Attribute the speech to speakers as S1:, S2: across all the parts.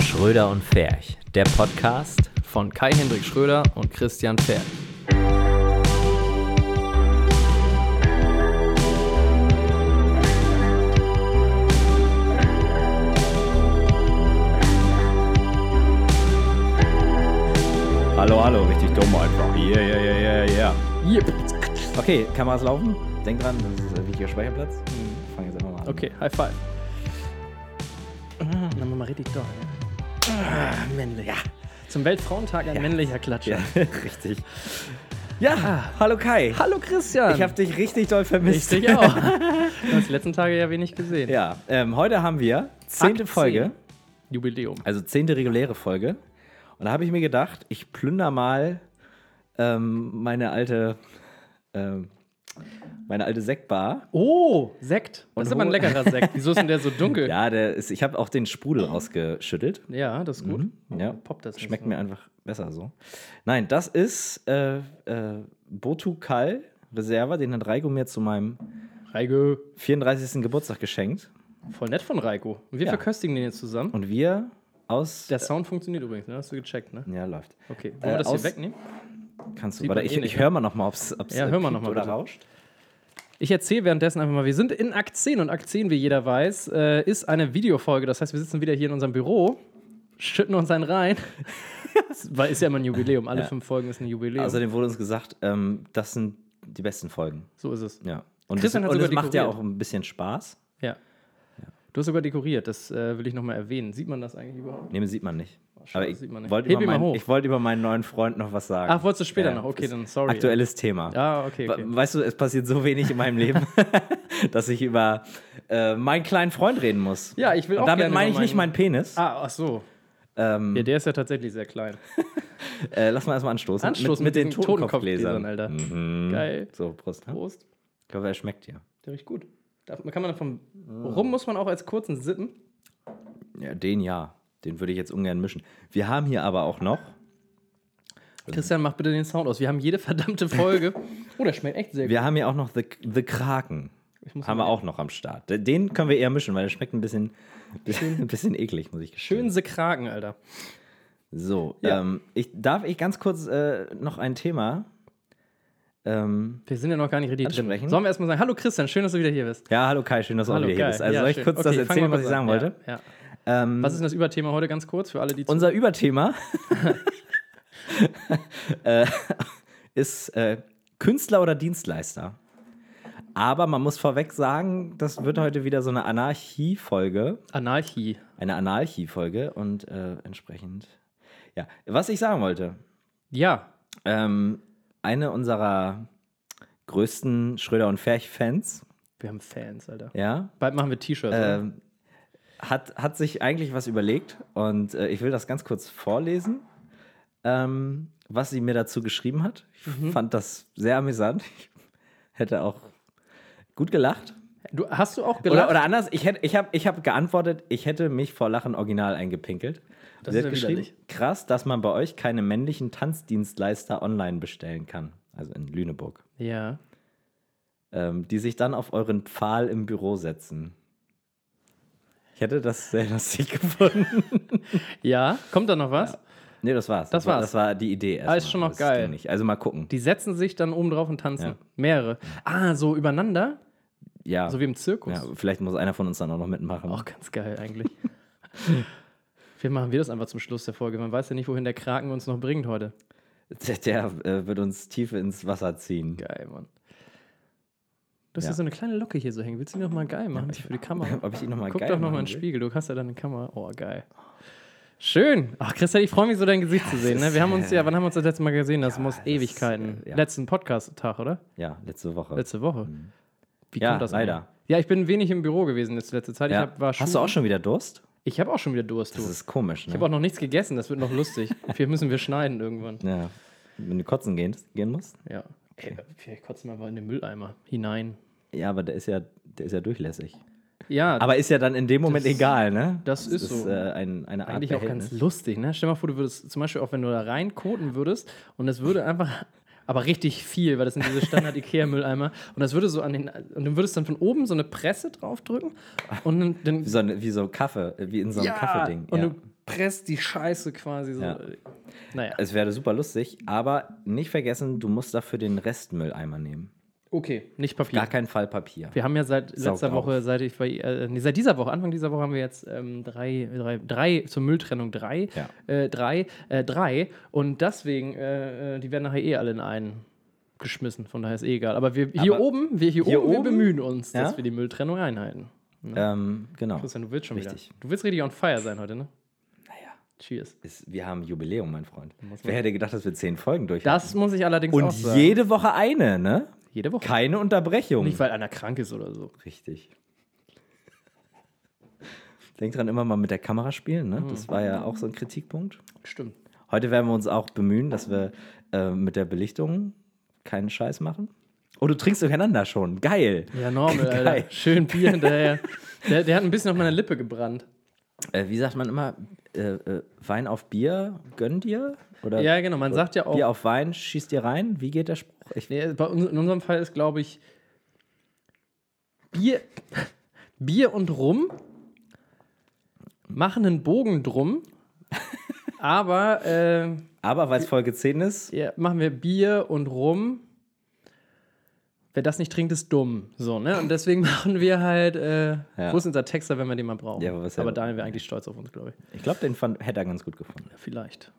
S1: Schröder und Ferch, der Podcast.
S2: Von Kai-Hendrik Schröder und Christian Pferd.
S1: Hallo, hallo, richtig dumm einfach. Yeah, yeah, yeah, yeah, yeah.
S2: Yep.
S1: Okay, Kameras laufen. Denk dran, das ist äh, Videospeicherplatz. Fang jetzt einfach mal an.
S2: Mhm. Okay, High Five.
S1: Ah,
S2: Dann machen wir mal richtig doll. Ja. Ah, männlich. Zum Weltfrauentag ein männlicher Klatscher.
S1: Ja, richtig. Ja, hallo Kai.
S2: Ah. Hallo Christian.
S1: Ich habe dich richtig doll
S2: ich
S1: vermisst.
S2: dich auch. Du hast die letzten Tage ja wenig gesehen.
S1: Ja, ähm, heute haben wir zehnte
S2: Akt
S1: Folge,
S2: zehn. Jubiläum.
S1: also zehnte reguläre Folge. Und da habe ich mir gedacht, ich plünder mal ähm, meine alte, ähm, meine alte Sektbar.
S2: Oh, Sekt. Das ist
S1: Und
S2: immer ein
S1: ho-
S2: leckerer Sekt. Wieso ist denn der so dunkel?
S1: Ja, der ist, ich habe auch den Sprudel ausgeschüttelt.
S2: Ja, das ist gut.
S1: Ja,
S2: Poppt das nicht
S1: schmeckt
S2: so.
S1: mir einfach besser so. Nein, das ist äh, äh, Botukal Reserva, den hat Reiko mir zu meinem
S2: Reiko.
S1: 34. Geburtstag geschenkt.
S2: Voll nett von Reiko. Und wir
S1: Ja.
S2: verköstigen den jetzt zusammen.
S1: Und wir aus.
S2: Der Sound funktioniert übrigens, ne? Hast du gecheckt, ne?
S1: ja, läuft.
S2: Okay. Wollen wir
S1: Äh,
S2: das hier
S1: aus-
S2: wegnehmen?
S1: Kannst du.
S2: Sieht
S1: Warte,
S2: man
S1: ich,
S2: eh nicht,
S1: ich höre mal nochmal, ob es.
S2: Ja, hör mal noch mal
S1: Oder
S2: bitte.
S1: rauscht.
S2: Ich erzähle währenddessen einfach mal, wir sind in Akt 10 und Akt 10, wie jeder weiß, äh, ist eine Videofolge. Das heißt, wir sitzen wieder hier in unserem Büro, schütten uns einen rein. Weil ist ja immer ein Jubiläum. Alle
S1: Ja. Also-
S2: fünf Folgen ist ein Jubiläum.
S1: Außerdem wurde uns gesagt, ähm, das sind die besten Folgen.
S2: so ist es.
S1: Ja. Und
S2: Christian
S1: das,
S2: hat
S1: und
S2: sogar
S1: das macht ja auch
S2: dekoriert.
S1: ein bisschen Spaß.
S2: Ja. Du hast sogar dekoriert, das äh, will ich nochmal erwähnen. Sieht man das eigentlich überhaupt?
S1: Nee, sieht man nicht.
S2: schade,
S1: Aber ich
S2: Oh, sieht man nicht.
S1: wollte
S2: Heb
S1: über,
S2: ihn mal
S1: meinen-
S2: hoch.
S1: ich wollte über meinen neuen Freund noch was sagen.
S2: Ach, wolltest du später
S1: Ja,
S2: noch? Okay,
S1: ist
S2: dann sorry.
S1: Aktuelles Thema.
S2: Ah, okay, okay.
S1: We- Weißt du, es passiert so wenig in meinem Leben, dass ich über äh, meinen kleinen Freund reden muss.
S2: Ja, ich will
S1: Und
S2: auch
S1: damit
S2: gerne
S1: meine
S2: über
S1: ich nicht meinen
S2: meinen-
S1: Penis.
S2: Ah, ach so.
S1: Ähm,
S2: Ja, der ist ja tatsächlich sehr klein.
S1: äh, lass mal erstmal anstoßen.
S2: Anstoßen
S1: mit, mit, den
S2: diesen
S1: Totenkopfgläsern.
S2: Totenkopfgläsern, Alter.
S1: Mhm.
S2: Geil.
S1: So, Prost. ne?
S2: Prost.
S1: Ich glaube, er schmeckt dir.
S2: Der riecht gut. Darf, kann man vom
S1: Mhm.
S2: Rum muss man auch als kurzen sippen.
S1: Ja, den ja. Den würde ich jetzt ungern mischen. Wir haben hier aber auch noch.
S2: Christian, mach bitte den Sound aus. Wir haben jede verdammte Folge. Oh, der schmeckt echt sehr gut.
S1: Wir haben hier auch noch The, the Kraken.
S2: Ich muss
S1: Haben
S2: mal-
S1: wir auch noch am Start. Den können wir eher mischen, weil der schmeckt ein bisschen, bisschen, ein bisschen eklig, muss ich gestehen.
S2: Schön se Kragen, Alter.
S1: So,
S2: Ja.
S1: ähm, ich, darf ich ganz kurz äh, noch ein Thema? Ähm,
S2: Wir sind ja noch gar nicht richtig drin.
S1: Ansprechen?
S2: Sollen wir erstmal sagen, hallo Christian, schön, dass du wieder hier bist.
S1: ja, hallo Kai, schön, dass du
S2: hallo,
S1: auch wieder hier
S2: geil.
S1: bist. Also
S2: Ja,
S1: soll ich
S2: schön.
S1: kurz das
S2: Okay,
S1: erzählen,
S2: fangen wir
S1: was ich
S2: kurz an.
S1: sagen wollte?
S2: Ja, ja.
S1: Ähm,
S2: was ist denn das Überthema heute ganz kurz für alle, die
S1: Unser Überthema äh, ist äh, Künstler oder Dienstleister. Aber man muss vorweg sagen, das wird heute wieder so eine Anarchie-Folge.
S2: Anarchie.
S1: Eine Anarchie-Folge und äh, entsprechend. Ja, was ich sagen wollte.
S2: Ja,
S1: Ähm, eine unserer größten Schröder und Ferch-Fans,
S2: wir haben Fans, Alter.
S1: ja,
S2: Bald machen wir T-Shirts. oder?
S1: ähm, hat, hat sich eigentlich was überlegt und äh, ich will das ganz kurz vorlesen, ähm, was sie mir dazu geschrieben hat. Ich
S2: Mhm.
S1: fand das sehr amüsant. Ich hätte auch gut gelacht.
S2: du, hast du auch
S1: Oder,
S2: gelacht?
S1: oder anders, ich, hätte- ich habe ich hab geantwortet, ich hätte mich vor Lachen original eingepinkelt.
S2: Das
S1: Sie
S2: ist
S1: hat
S2: ja widerlich.
S1: krass, dass man bei euch keine männlichen Tanzdienstleister online bestellen kann. Also in Lüneburg.
S2: ja.
S1: ähm, die sich dann auf euren Pfahl im Büro setzen. Ich hätte das sehr lustig gefunden.
S2: Ja, kommt da noch was?
S1: Nee, das war's.
S2: Das
S1: war-
S2: war's.
S1: Das war die Idee.
S2: Ah, ist
S1: erstmal.
S2: schon noch
S1: Das
S2: geil.
S1: ging Nicht. Also mal gucken.
S2: Die setzen sich dann oben drauf und tanzen.
S1: Ja.
S2: Mehrere. Ah, so übereinander?
S1: ja.
S2: So wie im Zirkus.
S1: ja, vielleicht muss einer von uns dann auch noch mitmachen.
S2: Auch ganz geil eigentlich. Wie machen wir das einfach zum Schluss der Folge? Man weiß ja nicht, wohin der Kraken uns noch bringt heute.
S1: Der, der äh, wird uns tief ins Wasser ziehen.
S2: Geil, Mann. Du hast
S1: Ja.
S2: ja so eine kleine Locke hier so hängen. Willst du die nochmal geil machen für die Kamera?
S1: Ob ich ihn nochmal
S2: Guck
S1: geil
S2: doch nochmal in
S1: machen
S2: den
S1: will?
S2: Spiegel. Du hast ja deine Kamera. Oh, geil. Schön. Ach, Christian, ich freue mich so, dein Gesicht zu sehen. Ne? Wir haben uns ja, wann haben wir uns das letzte Mal gesehen? Das muss Ewigkeiten.
S1: äh, ja.
S2: Letzten Podcast-Tag, oder?
S1: Ja, letzte Woche.
S2: Letzte Woche. Wie
S1: Ja, leider.
S2: eigentlich? Ja, ich bin wenig im Büro gewesen jetzt letzte Zeit.
S1: ja.
S2: Ich hab, war
S1: Hast du auch schon wieder Durst?
S2: Ich habe auch schon wieder Durst. Du.
S1: Das ist komisch, ne?
S2: Ich habe auch noch nichts gegessen, das wird noch lustig. Vielleicht müssen wir schneiden irgendwann.
S1: ja. Wenn du kotzen gehen, gehen musst?
S2: Ja. Okay. Vielleicht kotzen wir mal in den Mülleimer hinein.
S1: Ja, aber der ist ja, der ist ja durchlässig.
S2: Ja,
S1: Aber ist ja dann in dem Moment
S2: Das-
S1: egal, ne?
S2: das ist so.
S1: Äh, ein, eine Art
S2: eigentlich auch ganz lustig, ne? Stell dir mal vor, du würdest zum Beispiel auch, wenn du da reinkoten würdest und es würde einfach, aber richtig viel, weil das sind diese Standard-IKEA-Mülleimer und das würde so an den, und dann würdest du dann von oben so eine Presse draufdrücken und dann, dann
S1: Wie so, eine- wie so Kaffee, äh, wie in so einem Kaffeeding.
S2: Und
S1: ja.
S2: du presst die Scheiße quasi so.
S1: Ja.
S2: Naja,
S1: Es wäre super lustig, aber nicht vergessen, du musst dafür den Restmülleimer nehmen.
S2: okay, nicht Papier.
S1: Gar keinen Fall Papier.
S2: Wir haben ja seit
S1: Saug
S2: letzter
S1: drauf.
S2: Woche, seit ich bei, äh, nee, seit dieser Woche, Anfang dieser Woche haben wir jetzt ähm, drei, drei, drei zur Mülltrennung drei,
S1: Ja.
S2: äh, drei, äh, drei und deswegen, äh, äh, die werden nachher eh alle in einen geschmissen, von daher ist eh egal. Aber wir hier
S1: Aber
S2: oben, wir hier,
S1: hier
S2: oben, wir
S1: oben?
S2: bemühen uns,
S1: Ja?
S2: dass wir die Mülltrennung einhalten.
S1: Ähm, genau.
S2: Christian, du willst schon
S1: Richtig.
S2: wieder. Du willst richtig on fire sein heute, ne?
S1: Naja,
S2: Cheers.
S1: ist, wir haben Jubiläum, mein Freund.
S2: Muss man-
S1: Wer hätte gedacht, dass wir zehn Folgen durch
S2: Das muss ich allerdings auch
S1: Und
S2: sagen.
S1: jede Woche eine, ne?
S2: Jede Woche.
S1: Keine Unterbrechung.
S2: Nicht, weil einer krank ist oder so.
S1: Richtig. Denk dran, immer mal mit der Kamera spielen,
S2: Hm.
S1: ne? Das war ja auch so ein Kritikpunkt.
S2: Stimmt.
S1: Heute werden wir uns auch bemühen, dass wir äh, mit der Belichtung keinen Scheiß machen. Oh, du trinkst durcheinander schon. Geil.
S2: Ja, normal,
S1: Geil.
S2: Alter. Schön Bier hinterher. Der, der hat ein bisschen auf meiner Lippe gebrannt.
S1: Äh, wie sagt man immer? Äh, äh, Wein auf Bier, gönn dir? Oder
S2: Ja, genau. Man sagt ja auch,
S1: Bier auf Wein, schieß dir rein? Wie geht der Spruch? Ich,
S2: Nee, bei uns, in unserem Fall ist, glaube ich, Bier, Bier und Rum machen einen Bogen drum, aber äh,
S1: aber weil es Folge 10 ist,
S2: ja, machen wir Bier und Rum. Wer das nicht trinkt, ist dumm. So, ne? Und deswegen machen wir halt. Äh,
S1: Ja.
S2: Wo ist unser Texter, wenn wir den mal brauchen?
S1: Ja, aber was ja-
S2: aber Daniel wäre eigentlich stolz auf uns, glaube ich.
S1: ich glaube, den fand, hätte er ganz gut gefunden.
S2: Vielleicht.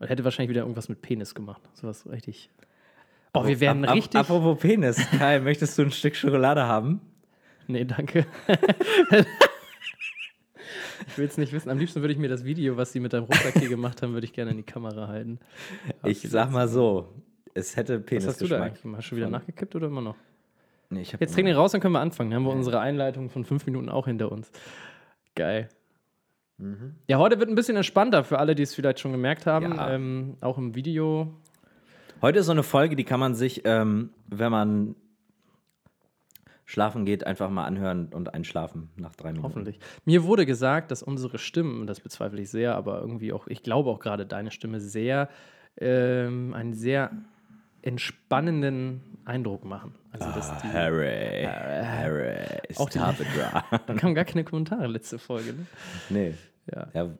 S2: Und hätte wahrscheinlich wieder irgendwas mit Penis gemacht. Sowas richtig. Oh, wir werden
S1: Ap- ap-
S2: richtig.
S1: Apropos Penis, Kai, möchtest du ein Stück Schokolade haben?
S2: Nee, danke. ich will es nicht wissen. Am liebsten würde ich mir das Video, was sie mit deinem Rucksack hier gemacht haben, würde ich gerne in die Kamera halten.
S1: Ich sag mal so, es hätte
S2: Was hast du da
S1: Penisgeschmack.
S2: eigentlich gemacht? Schon wieder nachgekippt oder immer noch?
S1: Nee, ich hab
S2: Jetzt trinken wir raus, dann können wir anfangen. Dann haben wir unsere Einleitung von fünf Minuten auch hinter uns. Geil. Ja, heute wird ein bisschen entspannter für alle, die es vielleicht schon gemerkt haben.
S1: Mhm. Ja.
S2: Ähm, auch im Video.
S1: Heute ist so eine Folge, die kann man sich, ähm, wenn man schlafen geht, einfach mal anhören und einschlafen nach drei Minuten.
S2: Hoffentlich. Mir wurde gesagt, dass unsere Stimmen, und das bezweifle ich sehr, aber irgendwie auch, ich glaube auch gerade deine Stimme sehr, ähm, einen sehr entspannenden Eindruck machen. Also dass
S1: Ah,
S2: die,
S1: Harry, Harry, ich
S2: Auch die-
S1: habe dran.
S2: da kamen gar keine Kommentare letzte Folge. Ne?
S1: Nee.
S2: Ja.
S1: Ja,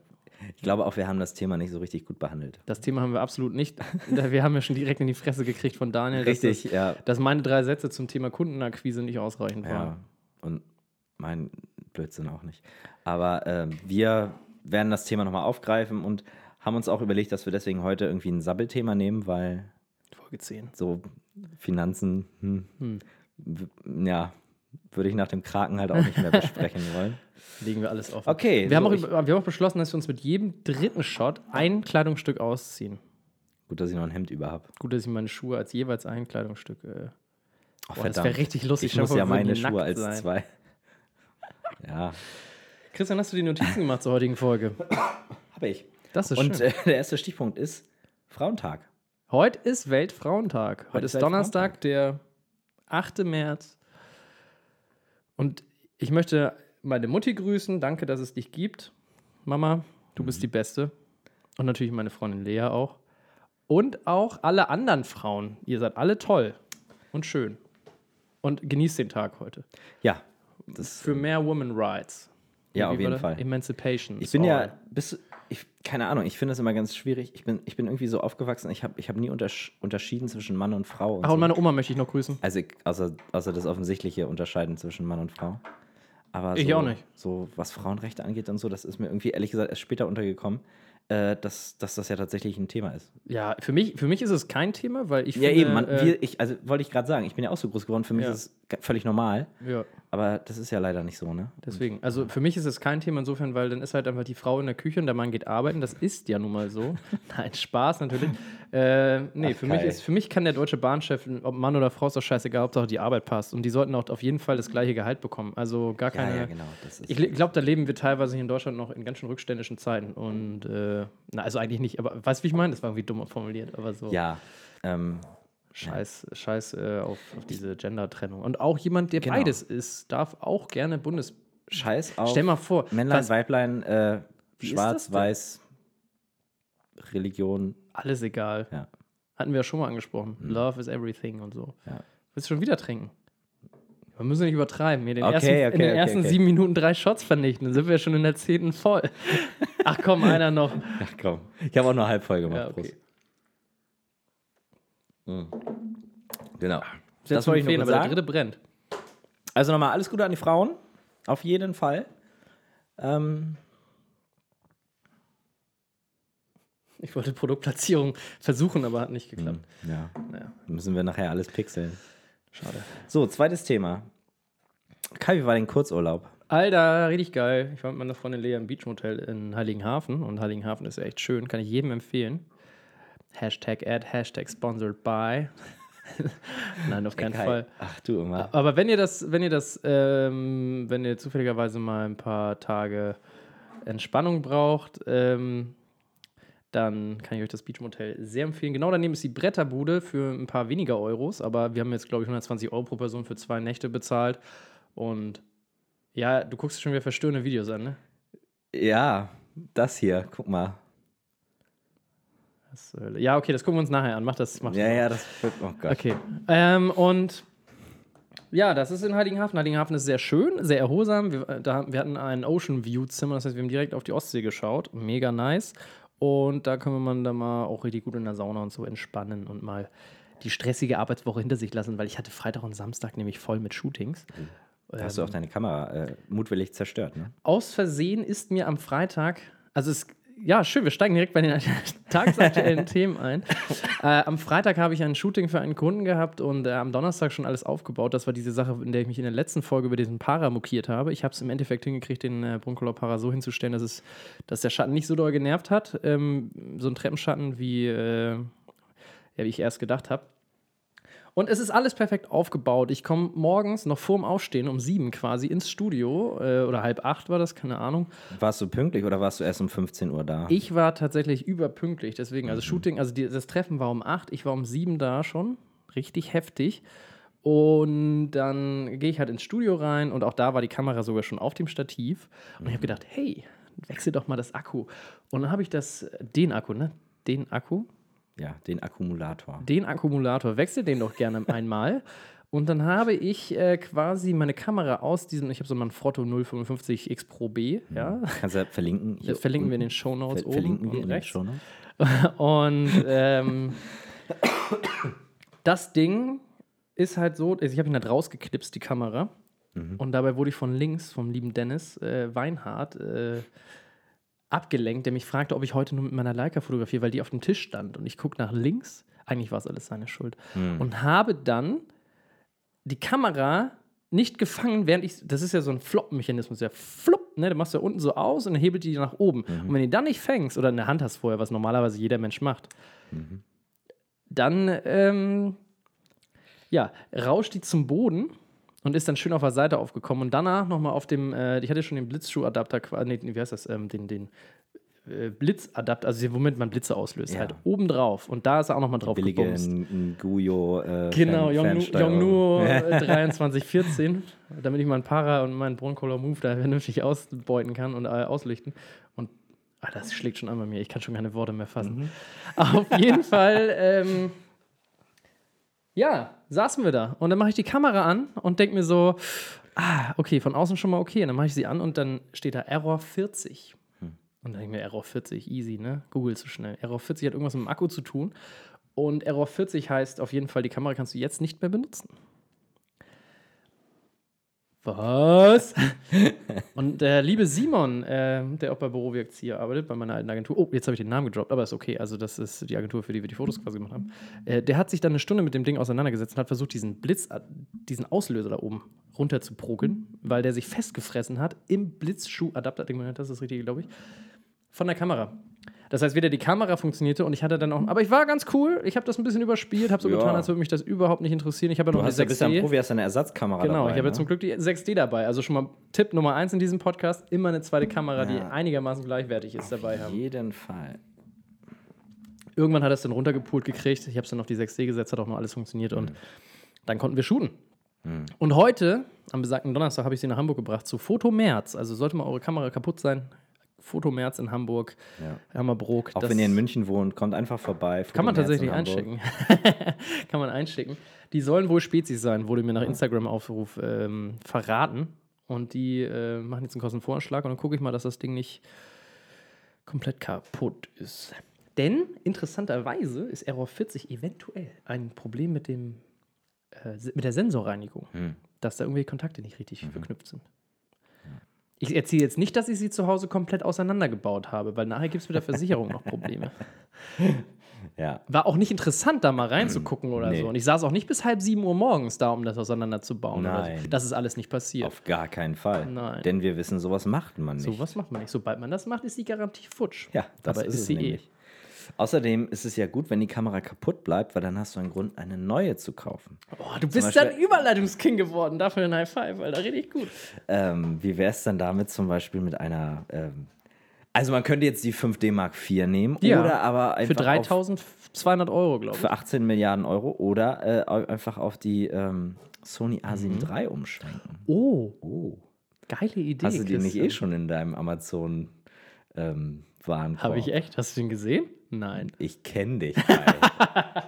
S1: ich glaube auch, wir haben das Thema nicht so richtig gut behandelt.
S2: Das Thema haben wir absolut nicht. Wir haben ja schon direkt in die Fresse gekriegt von Daniel,
S1: Richtig,
S2: Dass,
S1: ja.
S2: das, dass meine drei Sätze zum Thema Kundenakquise nicht ausreichend
S1: Ja,
S2: waren.
S1: und mein Blödsinn auch nicht. Aber ähm, wir werden das Thema nochmal aufgreifen und haben uns auch überlegt, dass wir deswegen heute irgendwie ein Sabbelthema nehmen, weil
S2: Folge 10.
S1: so Finanzen, hm, w- ja, würde ich nach dem Kraken halt auch nicht mehr besprechen wollen.
S2: Legen wir alles offen.
S1: Okay,
S2: Wir,
S1: so
S2: haben auch,
S1: ich-
S2: über- wir haben auch beschlossen, dass wir uns mit jedem dritten Shot ein Kleidungsstück ausziehen.
S1: Gut, dass ich noch ein Hemd über habe.
S2: Gut, dass ich meine Schuhe als jeweils ein Kleidungsstück. Äh,
S1: Oh,
S2: Boah, das wäre richtig lustig.
S1: Ich
S2: Stell dir
S1: muss
S2: vor,
S1: ja
S2: wir würden
S1: meine
S2: nackt
S1: Schuhe als
S2: sein.
S1: zwei. Ja,
S2: Christian, hast du die Notizen gemacht zur heutigen Folge?
S1: habe ich.
S2: Das ist
S1: Und
S2: schön.
S1: äh, der erste Stichpunkt ist Frauentag.
S2: Heute ist Weltfrauentag. Heute
S1: Heute
S2: ist
S1: ist
S2: Donnerstag, der 8. März. Und ich möchte meine Mutti grüßen. Danke, dass es dich gibt. Mama, du
S1: Mhm.
S2: bist die Beste. Und natürlich meine Freundin Lea auch. Und auch alle anderen Frauen. Ihr seid alle toll und schön. Und genießt den Tag heute.
S1: Ja, das
S2: Für mehr Women Rights.
S1: Ja,
S2: Wie
S1: auf jeden
S2: war das?
S1: Fall.
S2: Emancipation.
S1: Ich
S2: is
S1: bin
S2: all.
S1: ja, bist, ich, keine Ahnung, ich finde das immer ganz schwierig. Ich bin, ich bin irgendwie so aufgewachsen, ich habe ich hab nie untersch unterschieden zwischen Mann und Frau. Und
S2: Ach,
S1: so.
S2: und meine Oma möchte ich noch grüßen.
S1: also, ich- außer, außer das offensichtliche Unterscheiden zwischen Mann und Frau. Aber
S2: Ich
S1: so,
S2: auch nicht.
S1: So, was Frauenrechte angeht und so, das ist mir irgendwie ehrlich gesagt erst später untergekommen, äh, dass, dass das ja tatsächlich ein Thema ist.
S2: Ja, für mich, für mich ist es kein Thema, weil ich
S1: Ja,
S2: finde,
S1: eben. Man,
S2: äh,
S1: wir, ich, also wollte ich gerade sagen, ich bin ja auch so groß geworden, für mich
S2: Ja.
S1: ist es g- völlig normal.
S2: ja,
S1: Aber das ist ja leider nicht so, ne?
S2: deswegen. Also für mich ist es kein Thema insofern, weil dann ist halt einfach die Frau in der Küche und der Mann geht arbeiten. Das ist ja nun mal so. Nein, Spaß natürlich. Äh, nee,
S1: Ach,
S2: für mich
S1: geil.
S2: ist, für mich kann der deutsche Bahnchef, ob Mann oder Frau, ist doch scheißegal, Hauptsache die Arbeit passt. Und die sollten auch auf jeden Fall das gleiche Gehalt bekommen. Also gar
S1: Ja,
S2: keine.
S1: ja, genau. Das ist,
S2: Ich glaube, da leben wir teilweise hier in Deutschland noch in ganz schön rückständischen Zeiten. Und äh, na, also eigentlich nicht, aber weißt du, wie ich meine? Das war irgendwie dumm formuliert, aber so.
S1: ja. Ähm,
S2: Scheiß, Scheiß äh, auf, auf diese Gender-Trennung. Und auch jemand, der
S1: Genau.
S2: beides ist, darf auch gerne Bundes.
S1: scheiß auf.
S2: Stell mal vor,
S1: Männlein,
S2: was-
S1: Weiblein, äh,
S2: Wie ist das
S1: schwarz,
S2: denn?
S1: weiß, Religion.
S2: alles egal.
S1: Ja. Mhm.
S2: Hatten wir ja schon mal angesprochen. Love is everything und so.
S1: Ja.
S2: Willst du schon wieder trinken? Wir müssen nicht übertreiben. Hier den
S1: Okay,
S2: ersten,
S1: okay,
S2: in den
S1: okay,
S2: ersten
S1: okay.
S2: sieben Minuten drei Shots vernichten. Dann sind wir schon in der zehnten voll. Ach komm, einer noch.
S1: Ach komm. Ich habe auch nur halb voll gemacht.
S2: Ja, okay.
S1: Prost. Genau.
S2: Jetzt
S1: wollte ich nur
S2: fehlen,
S1: kurz
S2: aber der
S1: sagen.
S2: dritte brennt.
S1: Also nochmal alles Gute an die Frauen. Auf jeden Fall. Ähm,
S2: Ich wollte Produktplatzierung versuchen, aber hat nicht geklappt.
S1: ja.
S2: Naja,
S1: Müssen wir nachher alles pixeln.
S2: schade.
S1: So, zweites Thema. Kai, wie war dein Kurzurlaub?
S2: Alter, richtig geil. Ich war mit meiner Freundin Lea im Beachmotel in Heiligenhafen und Heiligenhafen ist echt schön, kann ich jedem empfehlen. Hashtag ad, Hashtag sponsored by. Nein, auf keinen
S1: Kai. Ah,
S2: Fall.
S1: Ach du immer.
S2: Aber wenn ihr das, wenn ihr das, ähm, wenn ihr zufälligerweise mal ein paar Tage Entspannung braucht, ähm, dann kann ich euch das Beachmotel sehr empfehlen. Genau daneben ist die Bretterbude für ein paar weniger Euros, aber wir haben jetzt, glaube ich, 120 Euro pro Person für zwei Nächte bezahlt. Und ja, du guckst dir schon wieder verstörende Videos an, ne?
S1: oh. Ja, das hier, guck mal.
S2: Was zur Hölle? Ja, okay, das gucken wir uns nachher an. Mach das, mach das.
S1: Ja, ja, das wird. Oh Gott.
S2: Okay. Ähm, und ja, das ist in Heiligenhafen. Heiligenhafen ist sehr schön, sehr erholsam. Wir, äh, da, wir hatten ein Ocean View Zimmer, das heißt, wir haben direkt auf die Ostsee geschaut. Mega nice. Und da können wir man dann mal auch richtig gut in der Sauna und so entspannen und mal die stressige Arbeitswoche hinter sich lassen, weil ich hatte Freitag und Samstag nämlich voll mit Shootings.
S1: Da Hast du auch deine Kamera äh, mutwillig zerstört, ne?
S2: Aus Versehen ist mir am Freitag, also es, ja, schön, wir steigen direkt bei den tagsaktuellen Themen ein. Äh, am Freitag habe ich ein Shooting für einen Kunden gehabt und äh, am Donnerstag schon alles aufgebaut. Das war diese Sache, in der ich mich in der letzten Folge über diesen Para mokiert habe. Ich habe es im Endeffekt hingekriegt, den äh, Brunkelow Para so hinzustellen, dass, es, dass der Schatten nicht so doll genervt hat. Ähm, so ein Treppenschatten, wie, äh, ja, wie ich erst gedacht habe. Und es ist alles perfekt aufgebaut. Ich komme morgens noch vorm Aufstehen um sieben quasi ins Studio äh, oder halb acht war das, keine Ahnung.
S1: Warst du pünktlich oder warst du erst um 15 Uhr da?
S2: Ich war tatsächlich überpünktlich, deswegen, also Shooting, also die, das Treffen war um acht, ich war um sieben da schon, richtig heftig. Und dann gehe ich halt ins Studio rein und auch da war die Kamera sogar schon auf dem Stativ. Und ich habe gedacht, hey, wechsel doch mal das Akku. Und dann habe ich das, den Akku, ne? Den Akku,
S1: ja, den Akkumulator.
S2: den Akkumulator, wechsel den doch gerne einmal. Und dann habe ich äh, quasi meine Kamera aus diesem, ich habe so einen Manfrotto 055 X Pro B, ja.
S1: Kannst du verlinken? Hier
S2: Das verlinken wir in
S1: unten.
S2: den Show Notes
S1: Hm. Ver
S2: oben.
S1: verlinken
S2: und
S1: wir in den
S2: rechts. ne?
S1: Show Notes.
S2: Und ähm, das Ding ist halt so, also ich habe ihn halt rausgeknipst, die Kamera. Und dabei wurde ich von links, vom lieben Dennis äh, Weinhardt, äh, abgelenkt, der mich fragte, ob ich heute nur mit meiner Leica fotografiere, weil die auf dem Tisch stand. Und ich gucke nach links, eigentlich war es alles seine Schuld. Und habe dann die Kamera nicht gefangen, während ich, das ist ja so ein Flop-Mechanismus, der flop, ne, du machst ja unten so aus und dann hebelt die nach oben. Und wenn du die dann nicht fängst oder in der Hand hast vorher, was normalerweise jeder Mensch macht, dann, ähm, ja, rauscht die zum Boden und ist dann schön auf der Seite aufgekommen und danach nochmal auf dem, äh, ich hatte schon den Blitzschuhadapter, qua- nee, nee, wie heißt das, ähm, den, den äh, Blitzadapter, also womit man Blitze auslöst,
S1: Ja.
S2: halt oben drauf und da ist er auch nochmal drauf
S1: Billige
S2: gebumst.
S1: Nguyo. Äh,
S2: Genau,
S1: Fan-
S2: Yongnu
S1: Fansteuerung.
S2: Yongnuo, äh, 2314, damit ich meinen Para und meinen Broncolor Move da vernünftig ausbeuten kann und äh, auslichten. Und ah, das schlägt schon an bei mir, ich kann schon keine Worte mehr fassen.
S1: Mhm.
S2: Auf jeden Fall, ähm, ja, saßen wir da. Und dann mache ich die Kamera an und denke mir so, ah, okay, von außen schon mal okay. Und dann mache ich sie an und dann steht da Error 40. Und dann denke ich mir, Error 40, easy, ne? Google zu schnell. Error 40 hat irgendwas mit dem Akku zu tun. Und Error 40 heißt auf jeden Fall, die Kamera kannst du jetzt nicht mehr benutzen. Was? Und der liebe Simon, äh, der auch bei Büro wirkt hier arbeitet, bei meiner alten Agentur, oh, jetzt habe ich den Namen gedroppt, aber ist okay, also das ist die Agentur, für die wir die Fotos quasi gemacht haben, äh, der hat sich dann eine Stunde mit dem Ding auseinandergesetzt und hat versucht, diesen Blitz, äh, diesen Auslöser da oben runter zu prokeln, weil der sich festgefressen hat im Blitzschuhadapter, Ding, das ist das richtig, glaube ich, von der Kamera. Das heißt, weder die Kamera funktionierte und ich hatte dann auch, aber ich war ganz cool, ich habe das ein bisschen überspielt, habe so
S1: Ja.
S2: getan, als würde mich das überhaupt nicht interessieren, ich habe ja noch
S1: Du
S2: eine
S1: hast ja bist ja
S2: 6D.
S1: ein Profi, hast eine Ersatzkamera
S2: Genau,
S1: dabei.
S2: ich habe
S1: ne?
S2: ja zum Glück die 6D dabei. Also schon mal Tipp Nummer 1 in diesem Podcast: immer eine zweite Kamera, die
S1: Ja.
S2: einigermaßen gleichwertig ist, dabei
S1: Auf
S2: haben.
S1: jeden Fall.
S2: Irgendwann hat er es dann runtergepult gekriegt. Ich habe es dann auf die 6D gesetzt, hat auch noch alles funktioniert und
S1: Mhm.
S2: dann konnten wir shooten. Und heute, am besagten Donnerstag, habe ich sie nach Hamburg gebracht zu Foto März. Also sollte mal eure Kamera kaputt sein, Fotomärz in Hamburg,
S1: Ja.
S2: Hammerbrook.
S1: Auch
S2: das-
S1: wenn ihr in München wohnt, kommt einfach vorbei.
S2: Kann man
S1: Fotomärz in
S2: tatsächlich
S1: Hamburg.
S2: einschicken. Kann man einschicken. Die sollen wohl Spezies sein, wurde mir nach Instagram-Aufruf ähm, verraten. Und die äh, machen jetzt einen Kostenvorschlag und dann gucke ich mal, dass das Ding nicht komplett kaputt ist. Denn interessanterweise ist Error 40 eventuell ein Problem mit, dem, äh, se- mit der Sensorreinigung,
S1: Hm.
S2: dass da irgendwie Kontakte nicht richtig verknüpft sind. Ich erzähle jetzt nicht, dass ich sie zu Hause komplett auseinandergebaut habe, weil nachher gibt es mit der Versicherung noch Probleme.
S1: Ja.
S2: War auch nicht interessant, da mal reinzugucken oder
S1: Mm, nee.
S2: so. Und ich saß auch nicht bis halb sieben Uhr morgens da, um das auseinanderzubauen. Oder so.
S1: Nein.
S2: Das ist alles nicht passiert.
S1: Auf gar keinen Fall.
S2: Nein.
S1: Denn wir wissen, sowas macht man nicht.
S2: so was macht man nicht. Sobald man das macht, ist die Garantie futsch.
S1: Ja, das
S2: Aber
S1: ist,
S2: ist,
S1: es
S2: sie eh.
S1: nämlich. Außerdem ist es ja gut, wenn die Kamera kaputt bleibt, weil dann hast du einen Grund, eine neue zu kaufen.
S2: Oh, du bist
S1: Beispiel-
S2: dann Überleitungsking geworden. Dafür ein High Five, Alter. Richtig gut.
S1: Ähm, wie wäre es dann damit zum Beispiel mit einer. Ähm, also, man könnte jetzt die 5D Mark IV nehmen
S2: Ja,
S1: oder aber
S2: Für
S1: einfach. auf-
S2: 3200 Euro, glaube ich.
S1: für 18 Milliarden Euro oder äh, au- einfach auf die ähm, Sony
S2: Mhm.
S1: A7 III umschwenken.
S2: Oh,
S1: Oh.
S2: geile Idee.
S1: Hast du die nicht
S2: Christian.
S1: eh schon in deinem Amazon ähm, Warenkorb?
S2: Habe ich echt. Hast du den gesehen? Nein.
S1: Ich kenne dich. Kai.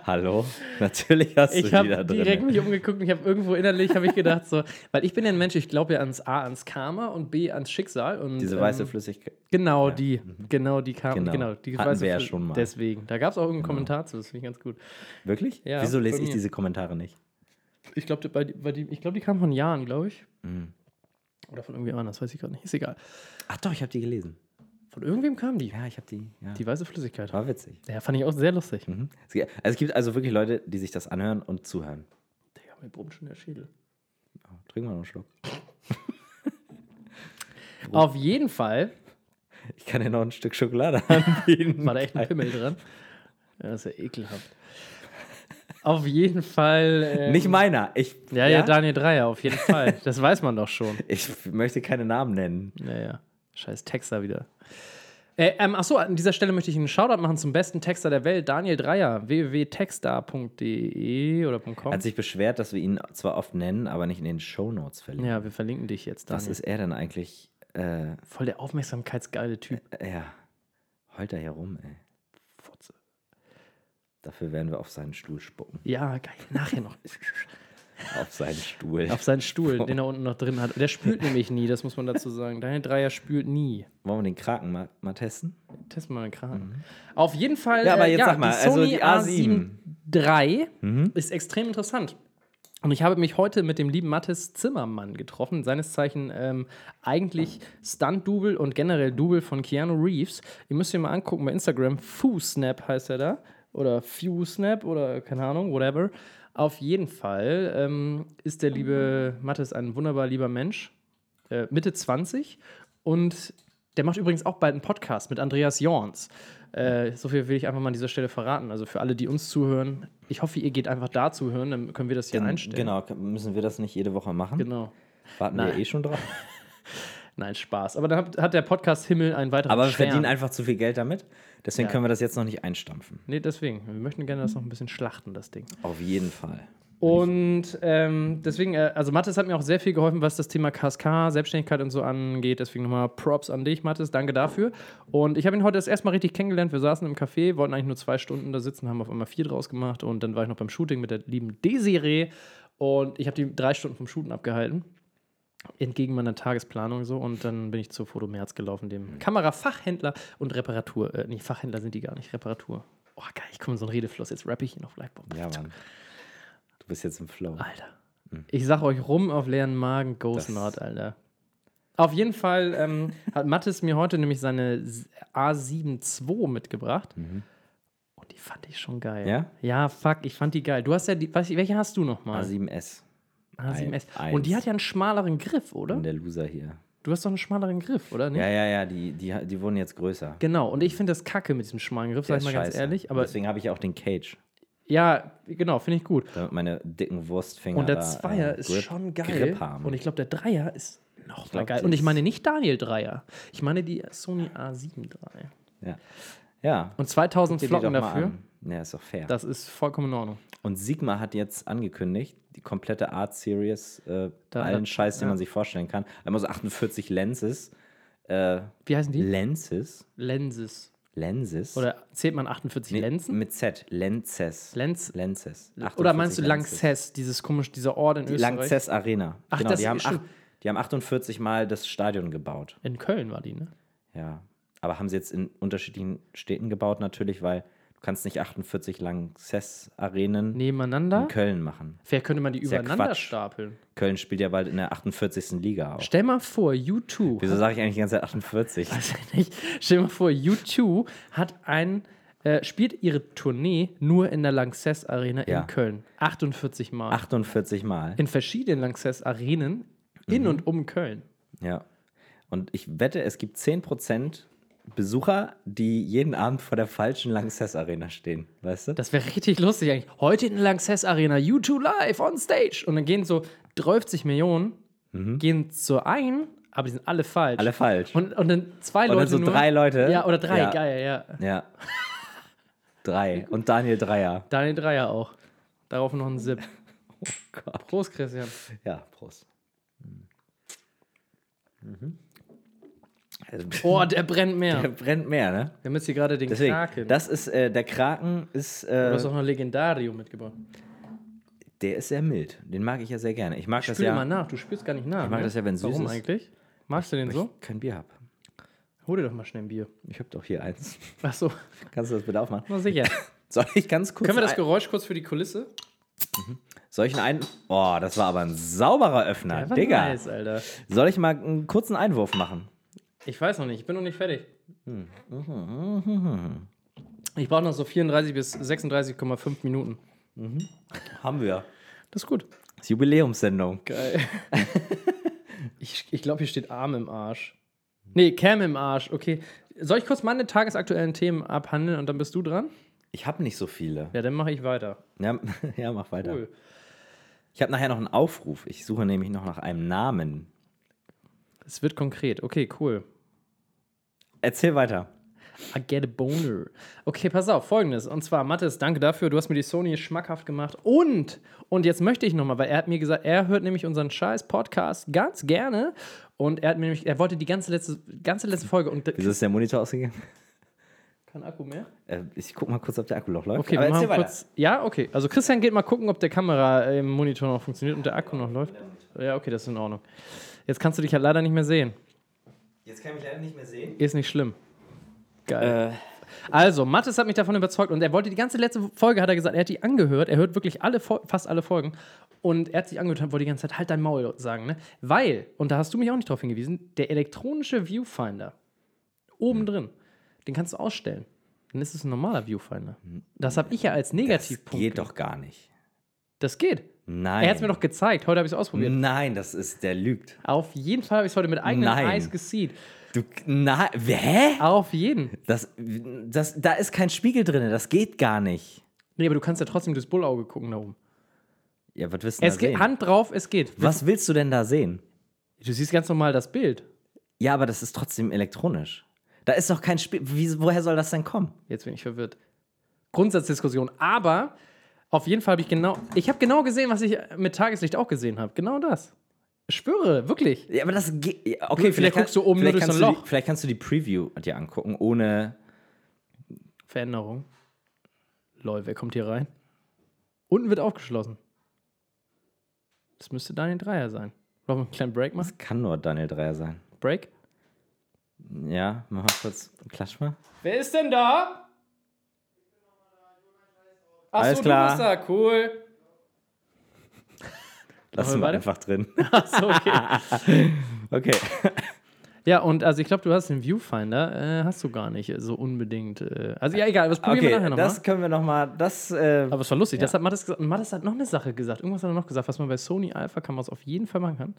S1: Hallo? Natürlich hast
S2: Ich
S1: du die da
S2: habe
S1: drin.
S2: direkt mich umgeguckt und ich habe irgendwo innerlich habe ich gedacht so, weil ich bin ja ein Mensch, ich glaube ja ans A ans Karma und B ans Schicksal und
S1: Diese
S2: ähm,
S1: weiße Flüssigkeit.
S2: Genau die, genau die kam, genau,
S1: Genau.
S2: die
S1: Hatten
S2: weiße
S1: wir ja
S2: Fl-
S1: schon mal. Genau.
S2: Deswegen, da gab es auch irgendeinen Kommentar zu, das finde ich ganz gut.
S1: Wirklich?
S2: Ja,
S1: Wieso
S2: bei
S1: lese ich
S2: mir.
S1: diese Kommentare nicht?
S2: Ich glaube, die, bei die, ich glaub, die kam von Jahren, glaube ich.
S1: Mhm.
S2: Oder von irgendwie anders, weiß ich gerade nicht. Ist egal.
S1: Ach doch, ich habe die gelesen.
S2: Von irgendwem kam die,
S1: Ja, ich habe die. Ja.
S2: die weiße Flüssigkeit.
S1: War witzig.
S2: Ja, fand ich auch sehr lustig.
S1: Mhm. Es gibt- Also es gibt also wirklich Leute, die sich das anhören und zuhören.
S2: Digga, mir brummt schon der Schädel.
S1: Oh, trink mal noch einen Schluck.
S2: Auf jeden Fall
S1: Ich kann dir noch ein Stück Schokolade anbieten.
S2: war da echt ein Pimmel dran. Ja, das ist ja ekelhaft. Auf jeden Fall. ähm,
S1: Nicht meiner. Ich,
S2: Ja, ja, Daniel Dreier, auf jeden Fall. Das weiß man doch schon.
S1: ich möchte keine Namen nennen.
S2: Ja, ja. Scheiß Texter wieder. Äh, ähm, achso, an dieser Stelle möchte ich einen Shoutout machen zum besten Texter der Welt, Daniel Dreier, www.textar.de E oder .com.
S1: Hat sich beschwert, dass wir ihn zwar oft nennen, aber nicht in den Shownotes verlinken.
S2: ja, wir verlinken dich jetzt, Daniel.
S1: Was ist er denn eigentlich? Äh,
S2: Voll der aufmerksamkeitsgeile Typ.
S1: ja, heult er hier rum, ey.
S2: Fotze.
S1: Dafür werden wir auf seinen Stuhl spucken.
S2: Ja, geil. Nachher noch.
S1: Auf seinen Stuhl.
S2: Auf seinen Stuhl, den er unten noch drin hat. Der spült nämlich nie, das muss man dazu sagen. Daniel Dreier spült nie.
S1: Wollen wir den Kraken mal, mal testen?
S2: Test mal einen Kran. Auf jeden Fall.
S1: Mhm. Ja, aber
S2: äh,
S1: jetzt sag mal,
S2: die
S1: also
S2: Sony
S1: die Mhm.
S2: A7
S1: A7
S2: III ist extrem interessant. Und ich habe mich heute mit dem lieben Mathis Zimmermann getroffen, seines Zeichen ähm, eigentlich Stunt-Double und generell Double von Keanu Reeves. Ihr müsst ihn mal angucken bei Instagram. FooSnap heißt er da. Oder FewSnap oder keine Ahnung, whatever. Auf jeden Fall ähm, ist der liebe Mathis ein wunderbar lieber Mensch äh, Mitte 20 und der macht übrigens auch bald einen Podcast mit Andreas Jorns. Äh, so viel will ich einfach mal an dieser Stelle verraten. Also für alle, die uns zuhören, ich hoffe, ihr geht einfach da zuhören, dann können wir das hier einstellen.
S1: Genau, müssen wir das nicht jede Woche machen?
S2: Genau.
S1: Warten
S2: Nein.
S1: wir eh schon drauf.
S2: Nein, Spaß. Aber dann hat, hat der Podcast Himmel einen weiteren
S1: Aber wir
S2: Stern.
S1: verdienen einfach zu viel Geld damit. Deswegen
S2: Ja.
S1: können wir das jetzt noch nicht einstampfen.
S2: Nee, deswegen. Wir möchten gerne das noch ein bisschen schlachten, das Ding.
S1: Auf jeden Fall.
S2: Und ähm, deswegen, äh, also Mathis hat mir auch sehr viel geholfen, was das Thema KSK, Selbstständigkeit und so angeht. Deswegen nochmal Props an dich, Mathis. Danke dafür. Und ich habe ihn heute das erstmal richtig kennengelernt. Wir saßen im Café, wollten eigentlich nur zwei Stunden da sitzen, haben auf einmal vier draus gemacht. Und dann war ich noch beim Shooting mit der lieben Desiree. Und ich habe die drei Stunden vom Shooten abgehalten. Entgegen meiner Tagesplanung so. Und dann bin ich zu Fotomerz gelaufen, dem Kamerafachhändler und Reparatur. Äh, nee, Fachhändler sind die gar nicht. Reparatur. Oh, geil, ich komme in so einen Redefluss. Jetzt rappe ich hier noch gleich. Boah.
S1: Ja, Mann. Du bist jetzt im Flow.
S2: Alter. Ich sag euch rum auf leeren Magen, Ghost
S1: Hm. Das-
S2: Nord, Alter. Auf jeden Fall ähm, hat Mattes mir heute nämlich seine S- A72 mitgebracht. Und die fand ich schon geil.
S1: Mhm. Ja?
S2: Ja, fuck, ich fand die geil. Du hast ja die, was, welche hast du nochmal?
S1: A7S.
S2: A7S.
S1: Ein-
S2: Und die
S1: eins.
S2: hat ja einen schmaleren Griff, oder?
S1: Und der Loser hier.
S2: Du hast doch einen schmaleren Griff, oder? nicht?
S1: Ja, ja, ja, die, die, die wurden jetzt größer.
S2: Genau, und ich finde das kacke mit diesem schmalen Griff,
S1: Der
S2: sag ich
S1: ist
S2: mal ganz
S1: scheiße.
S2: ehrlich. Aber
S1: Deswegen habe ich auch den Cage,
S2: ja, genau, finde ich gut.
S1: damit meine dicken Wurstfinger.
S2: Und der
S1: da,
S2: Zweier
S1: äh,
S2: ist
S1: Grip-
S2: schon geil.
S1: Grip haben.
S2: Und ich glaube, der Dreier ist noch mal
S1: glaub,
S2: geil.
S1: die
S2: Und ich
S1: ist-
S2: meine nicht Daniel Dreier. Ich meine die Sony A7 III.
S1: ja. ja.
S2: Und 2000
S1: Dir die
S2: Flocken
S1: doch mal
S2: dafür,
S1: an. Ja, ist doch fair.
S2: das ist vollkommen in Ordnung.
S1: Und Sigma hat jetzt angekündigt, die komplette Art Series, äh,
S2: Da-
S1: allen
S2: da-
S1: Scheiß, den
S2: ja.
S1: man sich vorstellen kann. Einmal so 48 Lenses, äh,
S2: Wie heißen die?
S1: Lenses.
S2: Lenses.
S1: Lenses.
S2: Oder zählt man 48
S1: Nee,
S2: Lenzen?
S1: Mit Z. Lenzes.
S2: Lenz.
S1: Lenses.
S2: Oder meinst du
S1: 48 Lenses.
S2: Lanxess, dieses komisch, dieser Ort in
S1: Die
S2: Österreich?
S1: Lanxess Arena.
S2: Ach,
S1: genau,
S2: das
S1: die, haben
S2: stimmt.
S1: acht, die haben 48 Mal das Stadion gebaut.
S2: In Köln war die, ne?
S1: Ja. Aber haben sie jetzt in unterschiedlichen Städten gebaut, natürlich, weil du kannst nicht 48 Lanxess-Arenen in
S2: Nebeneinander?
S1: Köln machen.
S2: Vielleicht könnte man die
S1: Ist ja
S2: übereinander
S1: Quatsch.
S2: stapeln.
S1: Köln spielt ja bald in der 48. Liga auch.
S2: Stell mal vor, U2.
S1: Wieso sage ich eigentlich die ganze Zeit 48?
S2: Weiß ich nicht. Stell dir mal vor, U2 hat ein, äh, spielt ihre Tournee nur in der Lanxess Arena
S1: Ja.
S2: in Köln. 48 Mal.
S1: 48 Mal.
S2: In verschiedenen Lanxess Arenen in
S1: Mhm.
S2: und um Köln.
S1: Ja. Und ich wette, es gibt 10% Besucher, die jeden Abend vor der falschen Lanxess Arena stehen. Weißt du?
S2: Das wäre richtig lustig eigentlich. Heute in der Lanxess Arena, U2 live on stage. Und dann gehen so 30 Millionen, gehen so ein, aber die sind alle falsch.
S1: Mhm. Alle falsch.
S2: Und, und dann zwei
S1: Und dann
S2: Leute.
S1: so
S2: nur.
S1: drei Leute.
S2: Ja, oder drei,
S1: Ja.
S2: geil, ja.
S1: Ja. Drei. Und Daniel Dreier.
S2: Daniel Dreier auch. Darauf noch ein Sip.
S1: Oh
S2: Prost, Christian.
S1: Ja, Prost. Mhm. Also,
S2: Oh, der brennt mehr.
S1: der brennt mehr, ne?
S2: Wir haben jetzt hier gerade den
S1: Deswegen,
S2: Kraken.
S1: das ist, äh, der Kraken ist,
S2: du
S1: äh,
S2: hast auch noch Legendario mitgebracht.
S1: der ist sehr mild. Den mag ich ja sehr gerne. Ich mag das
S2: Spül
S1: ja,
S2: mal nach, du spürst gar nicht nach.
S1: Ich mag
S2: ne?
S1: das ja, wenn süß
S2: Warum
S1: ist.
S2: eigentlich? Magst du den
S1: weil
S2: so?
S1: ich kein Bier habe.
S2: Hol dir doch mal schnell ein Bier.
S1: Ich habe doch hier eins.
S2: Achso,
S1: Kannst du das bitte aufmachen?
S2: mal sicher.
S1: Soll ich ganz kurz
S2: Können wir das
S1: ein,
S2: Geräusch kurz für die Kulisse?
S1: soll ich einen ein Oh, das war aber ein sauberer Öffner,
S2: Einfach
S1: Ah, Digga.
S2: nice, Alter.
S1: Soll ich mal einen kurzen Einwurf machen?
S2: Ich weiß noch nicht, ich bin noch nicht fertig.
S1: Hm.
S2: Ich brauche noch so 34 bis 36,5 Minuten.
S1: Haben wir.
S2: Das ist gut.
S1: Das Jubiläumssendung.
S2: Geil. ich ich glaube, hier steht Arm im Arsch. Nee, Cam im Arsch. Okay. Soll ich kurz meine tagesaktuellen Themen abhandeln und dann bist du dran?
S1: Ich habe nicht so viele.
S2: Ja, dann mache ich weiter.
S1: Ja, ja mach weiter.
S2: Cool.
S1: Ich habe nachher noch einen Aufruf. Ich suche nämlich noch nach einem Namen.
S2: Es wird konkret. Okay, cool.
S1: Erzähl weiter.
S2: I get a boner. Okay, pass auf, folgendes. Und zwar, Mathis, danke dafür. Du hast mir die Sony schmackhaft gemacht. Und, und jetzt möchte ich nochmal, weil er hat mir gesagt, er hört nämlich unseren scheiß Podcast ganz gerne. Und er hat mir nämlich, er wollte die ganze letzte, ganze letzte Folge und
S1: Wieso ist der Monitor ausgegangen?
S2: kein Akku mehr.
S1: Äh, ich guck mal kurz, ob der Akkuloch läuft.
S2: Okay, wir machen kurz. Ja, okay. Also Christian geht mal gucken, ob der Kamera im Monitor noch funktioniert und der Akku noch läuft. Ja, okay, das ist in Ordnung. Jetzt kannst du dich halt leider nicht mehr sehen.
S1: Jetzt kann ich leider nicht mehr sehen.
S2: Ist nicht schlimm.
S1: Äh,
S2: Geil. Also, Mathis hat mich davon überzeugt und er wollte die ganze letzte Folge, hat er gesagt, er hat die angehört, er hört wirklich alle, Fol- fast alle Folgen und er hat sich angehört und wollte die ganze Zeit halt dein Maul sagen, ne? Weil, und da hast du mich auch nicht drauf hingewiesen, der elektronische Viewfinder oben drin, den kannst du ausstellen. Dann ist es ein normaler Viewfinder. Das habe ich ja als Negativpunkt.
S1: Geht doch gar nicht.
S2: Das geht.
S1: Nein. Hm.
S2: Er hat es mir doch gezeigt. Heute habe ich es ausprobiert.
S1: Nein, das ist, der lügt.
S2: Auf jeden Fall habe ich es heute mit eigenen
S1: Nein.
S2: Eyes gesehen.
S1: Du, na, hä?
S2: Auf jeden.
S1: Das, das, da ist kein Spiegel drin, das geht gar nicht.
S2: Nee, aber du kannst ja trotzdem durchs Bullauge gucken da oben.
S1: Ja, was willst du
S2: Es
S1: da sehen?
S2: geht, Hand drauf, es geht.
S1: was willst du denn da sehen?
S2: Du siehst ganz normal das Bild.
S1: Ja, aber das ist trotzdem elektronisch. Da ist doch kein Spiel. Wie, woher soll das denn kommen?
S2: Jetzt bin ich verwirrt. Grundsatzdiskussion. Aber auf jeden Fall habe ich genau, ich habe genau gesehen, was ich mit Tageslicht auch gesehen habe. Genau das. Ich schwöre, wirklich.
S1: Ja, aber das geht. ja, Okay,
S2: Vielleicht guckst du oben nur durch so
S1: kannst
S2: ein
S1: du
S2: Loch.
S1: Die, vielleicht kannst du die Preview dir angucken, ohne.
S2: Veränderung. Lol, wer kommt hier rein? Unten wird aufgeschlossen. Das müsste Daniel Dreier sein. Wollen wir einen kleinen Break machen?
S1: Das kann nur Daniel Dreier sein.
S2: Break?
S1: Ja, mach mal kurz. Klatsch mal.
S2: Wer ist denn da? Ach
S1: Alles
S2: so, du
S1: klar.
S2: bist da, cool.
S1: Lass
S2: Machen
S1: ihn
S2: wir
S1: mal
S2: weiter?
S1: einfach drin.
S2: Ach so, okay.
S1: Okay.
S2: Ja, und also ich glaube, du hast den Viewfinder, äh, hast du gar nicht äh, so unbedingt. Äh, also ja, egal, das probieren wir
S1: Okay,
S2: nachher nochmal.
S1: das können wir nochmal. Das. Äh,
S2: Aber es war lustig, das hat Mattis gesagt. Und Mattis hat noch eine Sache gesagt. Irgendwas hat er noch gesagt, was man bei Sony Alpha Kameras auf jeden Fall machen kann.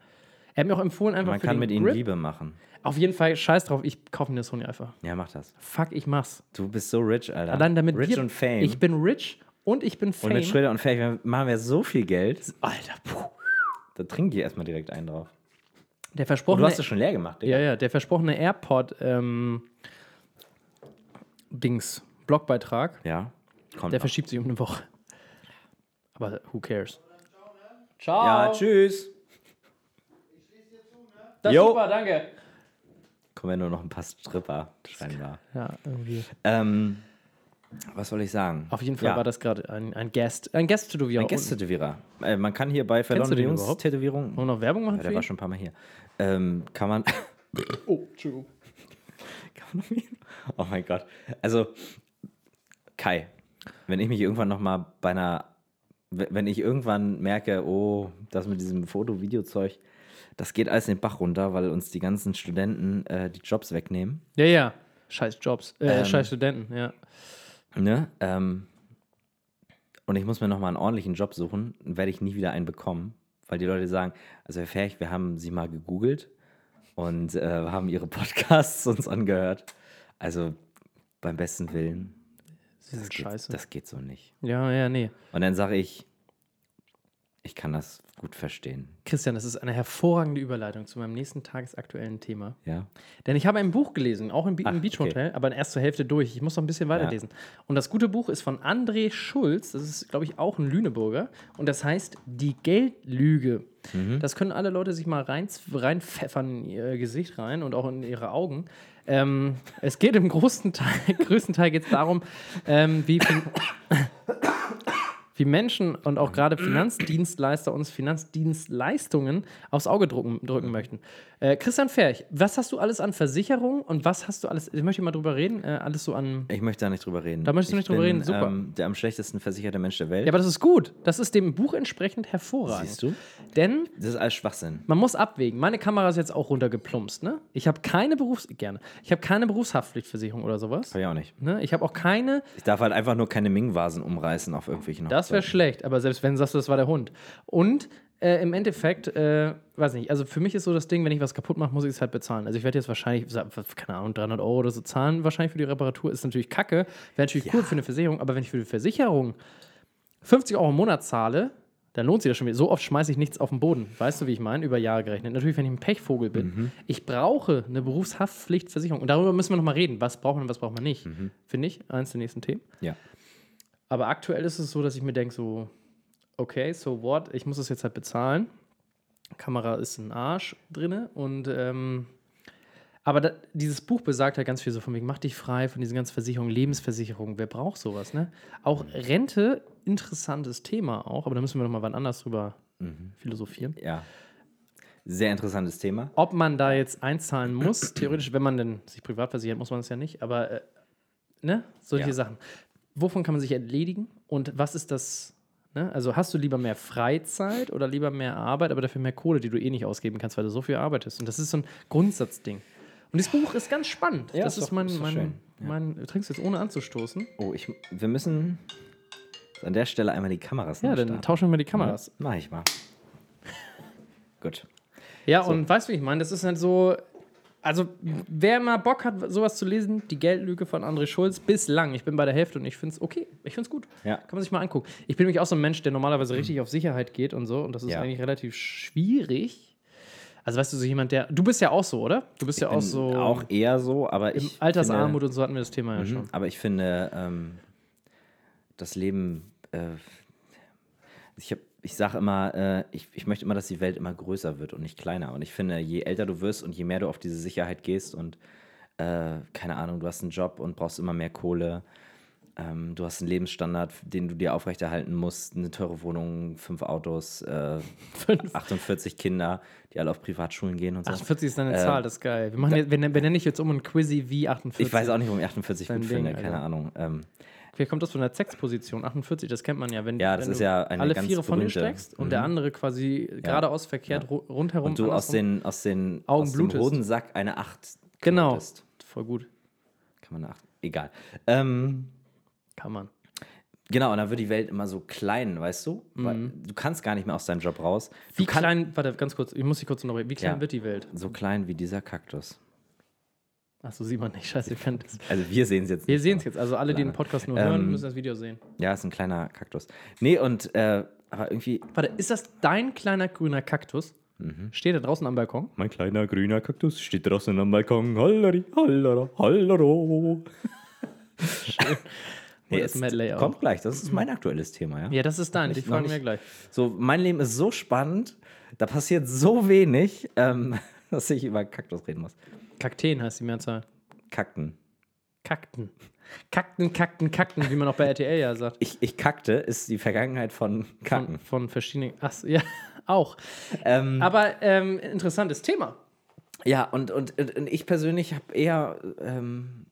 S2: Er hat mir auch empfohlen, einfach
S1: man
S2: für den
S1: kann mit
S2: Grip.
S1: ihnen Liebe machen.
S2: Auf jeden Fall, scheiß drauf, ich kaufe mir eine Sony Alpha.
S1: Ja, mach das.
S2: Fuck, ich mach's.
S1: Du bist so rich, Alter.
S2: Allein damit
S1: Rich
S2: wir,
S1: und Fame.
S2: Ich bin rich und ich bin
S1: und
S2: Fame.
S1: mit Schröder und Fame wir- machen wir so viel Geld.
S2: Alter, puh.
S1: Da trinke ich erstmal direkt einen drauf.
S2: Der
S1: Und du
S2: versprochene
S1: hast es schon leer gemacht, Digga.
S2: Oh, ne. Ja, ja, der versprochene AirPod ähm, Dings Blogbeitrag,
S1: Ja. Kommt.
S2: der
S1: noch.
S2: verschiebt sich um eine Woche. Aber who cares? Ciao.
S1: ja, tschüss.
S2: Das ist
S1: Jo.
S2: super, danke.
S1: kommen ja nur noch ein paar Stripper, scheinbar.
S2: Ja, irgendwie.
S1: Ähm, was soll ich sagen?
S2: Auf jeden Fall
S1: ja.
S2: war das gerade ein, ein Guest. Ein Guest to
S1: Ein Gästetätowierer. Äh, man kann hier bei
S2: du
S1: Verlorene
S2: den
S1: Jungs
S2: überhaupt?
S1: Tätowierung.
S2: Wollen wir noch Werbung machen? für
S1: Ja, der
S2: ihn?
S1: war schon ein paar Mal hier. Ähm, kann man.
S2: Oh, Entschuldigung.
S1: Kann man noch wieder- Oh mein Gott. Also, Kai, wenn ich mich irgendwann nochmal bei einer, we- wenn ich irgendwann merke, oh, das mit diesem Foto-Video-Zeug, das geht alles in den Bach runter, weil uns die ganzen Studenten äh, die Jobs wegnehmen.
S2: Ja, ja. Scheiß Jobs. Äh,
S1: Ähm.
S2: scheiß Studenten, ja.
S1: Ne? Ähm, und ich muss mir nochmal einen ordentlichen Job suchen, dann werde ich nie wieder einen bekommen, weil die Leute sagen, also Herr Ferch, wir haben sie mal gegoogelt und äh, haben ihre Podcasts uns angehört. Also beim besten Willen.
S2: Sie sind
S1: geht-
S2: scheiße.
S1: Das geht so nicht.
S2: ja, ja, nee.
S1: Und dann sage ich, ich kann das gut verstehen.
S2: Christian, das ist eine hervorragende Überleitung zu meinem nächsten tagesaktuellen Thema.
S1: Ja.
S2: Denn ich habe ein Buch gelesen, auch im, Bi-
S1: Ach,
S2: im Beach
S1: okay.
S2: Hotel, aber erst zur Hälfte durch. Ich muss noch ein bisschen weiterlesen. Und das gute Buch ist von André Schulz. Das ist, glaube ich, auch ein Lüneburger. Und das heißt Die Geldlüge.
S1: Mhm.
S2: Das können alle Leute sich mal rein, reinpfeffern in ihr Gesicht rein und auch in ihre Augen. Ähm, es geht im großen Teil, größten Teil geht's darum, ähm, wie, fin- wie Menschen und auch gerade Finanzdienstleister uns Finanzdienstleistungen aufs Auge drücken, drücken möchten. Äh, Christian Ferch, was hast du alles an Versicherung und was hast du alles, ich möchte mal drüber reden, äh, alles so an.
S1: Ich möchte da nicht drüber reden.
S2: Da möchtest du
S1: ich
S2: nicht drüber reden, super.
S1: Ähm, der am schlechtesten versicherte Mensch der Welt.
S2: Ja, aber das ist gut. Das ist dem Buch entsprechend hervorragend.
S1: Siehst du?
S2: Denn
S1: Das ist alles Schwachsinn.
S2: Man muss abwägen. Meine Kamera ist jetzt auch runtergeplumpst, ne? Ich habe keine Berufs gerne. Ich habe keine Berufshaftpflichtversicherung oder sowas.
S1: Hab ich auch nicht.
S2: Ne? Ich habe auch keine.
S1: Ich darf halt einfach nur keine Ming-Vasen umreißen auf irgendwelchen
S2: Das wäre
S1: Hochzeiten.
S2: schlecht. Aber selbst wenn sagst du, das war der Hund. Und äh, im Endeffekt, äh, weiß nicht. Also für mich ist so das Ding, wenn ich was kaputt mache, muss ich es halt bezahlen. Also ich werde jetzt wahrscheinlich, sa- keine Ahnung, 300 Euro oder so zahlen wahrscheinlich für die Reparatur. Ist natürlich Kacke. Wäre natürlich cool für eine Versicherung. Aber wenn ich für die Versicherung 50 Euro im Monat zahle, dann lohnt sich das schon wieder. So oft schmeiße ich nichts auf den Boden. Weißt du, wie ich meine? Über Jahre gerechnet. Natürlich, wenn ich ein Pechvogel bin. Ich brauche eine Berufshaftpflichtversicherung. Und darüber müssen wir nochmal reden. Was braucht man und was braucht man nicht? Finde ich. Eins der nächsten Themen.
S1: Ja.
S2: Aber aktuell ist es so, dass ich mir denke, so, okay, so what? Ich muss das jetzt halt bezahlen. Kamera ist ein Arsch drinne und ähm, aber da, dieses Buch besagt ja ganz viel so von wegen, mach dich frei von diesen ganzen Versicherungen, Lebensversicherungen, wer braucht sowas, ne? Auch Rente, interessantes Thema auch, aber da müssen wir nochmal wann anders drüber philosophieren.
S1: Ja. Sehr interessantes Thema.
S2: Ob man da jetzt einzahlen muss, theoretisch, wenn man denn sich privat versichert, muss man es ja nicht, aber äh, ne? solche
S1: Ja.
S2: Sachen. Wovon kann man sich entledigen und was ist das? Ne? Also hast du lieber mehr Freizeit oder lieber mehr Arbeit, aber dafür mehr Kohle, die du eh nicht ausgeben kannst, weil du so viel arbeitest? Und das ist so ein Grundsatzding. Und dieses Buch ist ganz spannend.
S1: Ja,
S2: das
S1: ist
S2: ist
S1: doch-
S2: mein.
S1: ist doch
S2: mein,
S1: schön.
S2: mein du trinkst jetzt ohne anzustoßen.
S1: Oh, ich, wir müssen an der Stelle einmal die Kameras
S2: Ja,
S1: neu
S2: dann
S1: starten.
S2: tauschen wir die Kameras.
S1: Mach ich mal. Gut.
S2: Ja, und weißt du, wie ich meine? Das ist halt so. Also, wer mal Bock hat, sowas zu lesen, die Geldlüge von André Schulz, bislang. Ich bin bei der Hälfte und ich finde es okay. Ich finde es gut.
S1: Ja. Mhm.
S2: Kann man sich mal angucken. Ich bin nämlich auch so ein Mensch, der normalerweise richtig auf Sicherheit geht und so. Und das ist
S1: Ja.
S2: eigentlich relativ schwierig. Also, weißt du, so jemand, der. Du bist ja auch so, oder? Du bist ja auch
S1: Bin
S2: so.
S1: auch eher so, aber
S2: Im
S1: ich.
S2: Altersarmut
S1: finde- Mhm.
S2: und so hatten wir das Thema ja schon.
S1: Aber ich finde, ähm, das Leben, äh, ich, hab- ich sage immer, äh, ich, ich möchte immer, dass die Welt immer größer wird und nicht kleiner. Und ich finde, je älter du wirst und je mehr du auf diese Sicherheit gehst und äh, keine Ahnung, du hast einen Job und brauchst immer mehr Kohle, ähm, du hast einen Lebensstandard, den du dir aufrechterhalten musst, eine teure Wohnung, fünf Autos, äh, 48 Kinder, die alle auf Privatschulen gehen und so. Äh,
S2: 48 ist deine Zahl, das ist geil. Wir, machen jetzt, wir, nen- wir nennen dich jetzt um ein Quizzy V48.
S1: ich weiß auch nicht, warum ich 48
S2: Dein
S1: gut
S2: Ding,
S1: finde, keine
S2: Alter.
S1: Ahnung. Ähm,
S2: Vielleicht kommt das von der Sexposition, 48, das kennt man ja. Wenn,
S1: Ja, das
S2: wenn
S1: ist
S2: du
S1: ja eine
S2: alle
S1: ganz
S2: Viere von dir
S1: berühmte. Mhm.
S2: steckst und der andere quasi geradeaus verkehrt ru- rundherum.
S1: Und du aus,
S2: andersrum.
S1: den, aus, den,
S2: Augen
S1: aus dem
S2: blutest.
S1: Hodensack eine 8
S2: Genau. Voll gut.
S1: Kann man eine 8. Egal. Ähm,
S2: Kann man.
S1: genau, und dann wird die Welt immer so klein, weißt du? Weil du kannst gar nicht mehr aus deinem Job raus.
S2: Mhm. Wie klein, warte, ganz kurz, ich muss dich kurz unterbrechen. Wie klein
S1: Ja.
S2: wird die Welt?
S1: So klein wie dieser Kaktus.
S2: Achso, sieht man nicht. Scheiße, ihr könnt das.
S1: Also wir sehen es jetzt.
S2: Wir
S1: nicht,
S2: sehen es
S1: aber-
S2: jetzt. Also alle, die den Podcast nur
S1: Ähm.
S2: hören, müssen das Video sehen.
S1: Ja, ist ein kleiner Kaktus. Nee, und äh, aber irgendwie.
S2: Warte, ist das dein kleiner grüner Kaktus?
S1: Mhm.
S2: Steht da draußen am Balkon?
S1: Mein kleiner grüner Kaktus steht draußen am Balkon. Hallari, hallara, hallaro. nee,
S2: Oder das
S1: es
S2: Medley auch.
S1: kommt gleich. Das ist mein aktuelles Thema, ja?
S2: Ja, das ist dein. Die
S1: noch
S2: fragen wir
S1: nicht.
S2: gleich.
S1: So, mein Leben ist so spannend, da passiert so wenig. Ähm, dass ich über Kaktus reden muss.
S2: Kakteen heißt die Mehrzahl.
S1: Kakten.
S2: Kakten. Kakten, Kakten, Kakten, wie man auch bei RTL ja sagt.
S1: Ich, ich kackte ist die Vergangenheit von
S2: Von,
S1: Kacken.
S2: von verschiedenen. Ach, so, ja, auch.
S1: Ähm,
S2: Aber ähm, interessantes Thema.
S1: Ja, und, und, und und ich persönlich habe eher, ähm,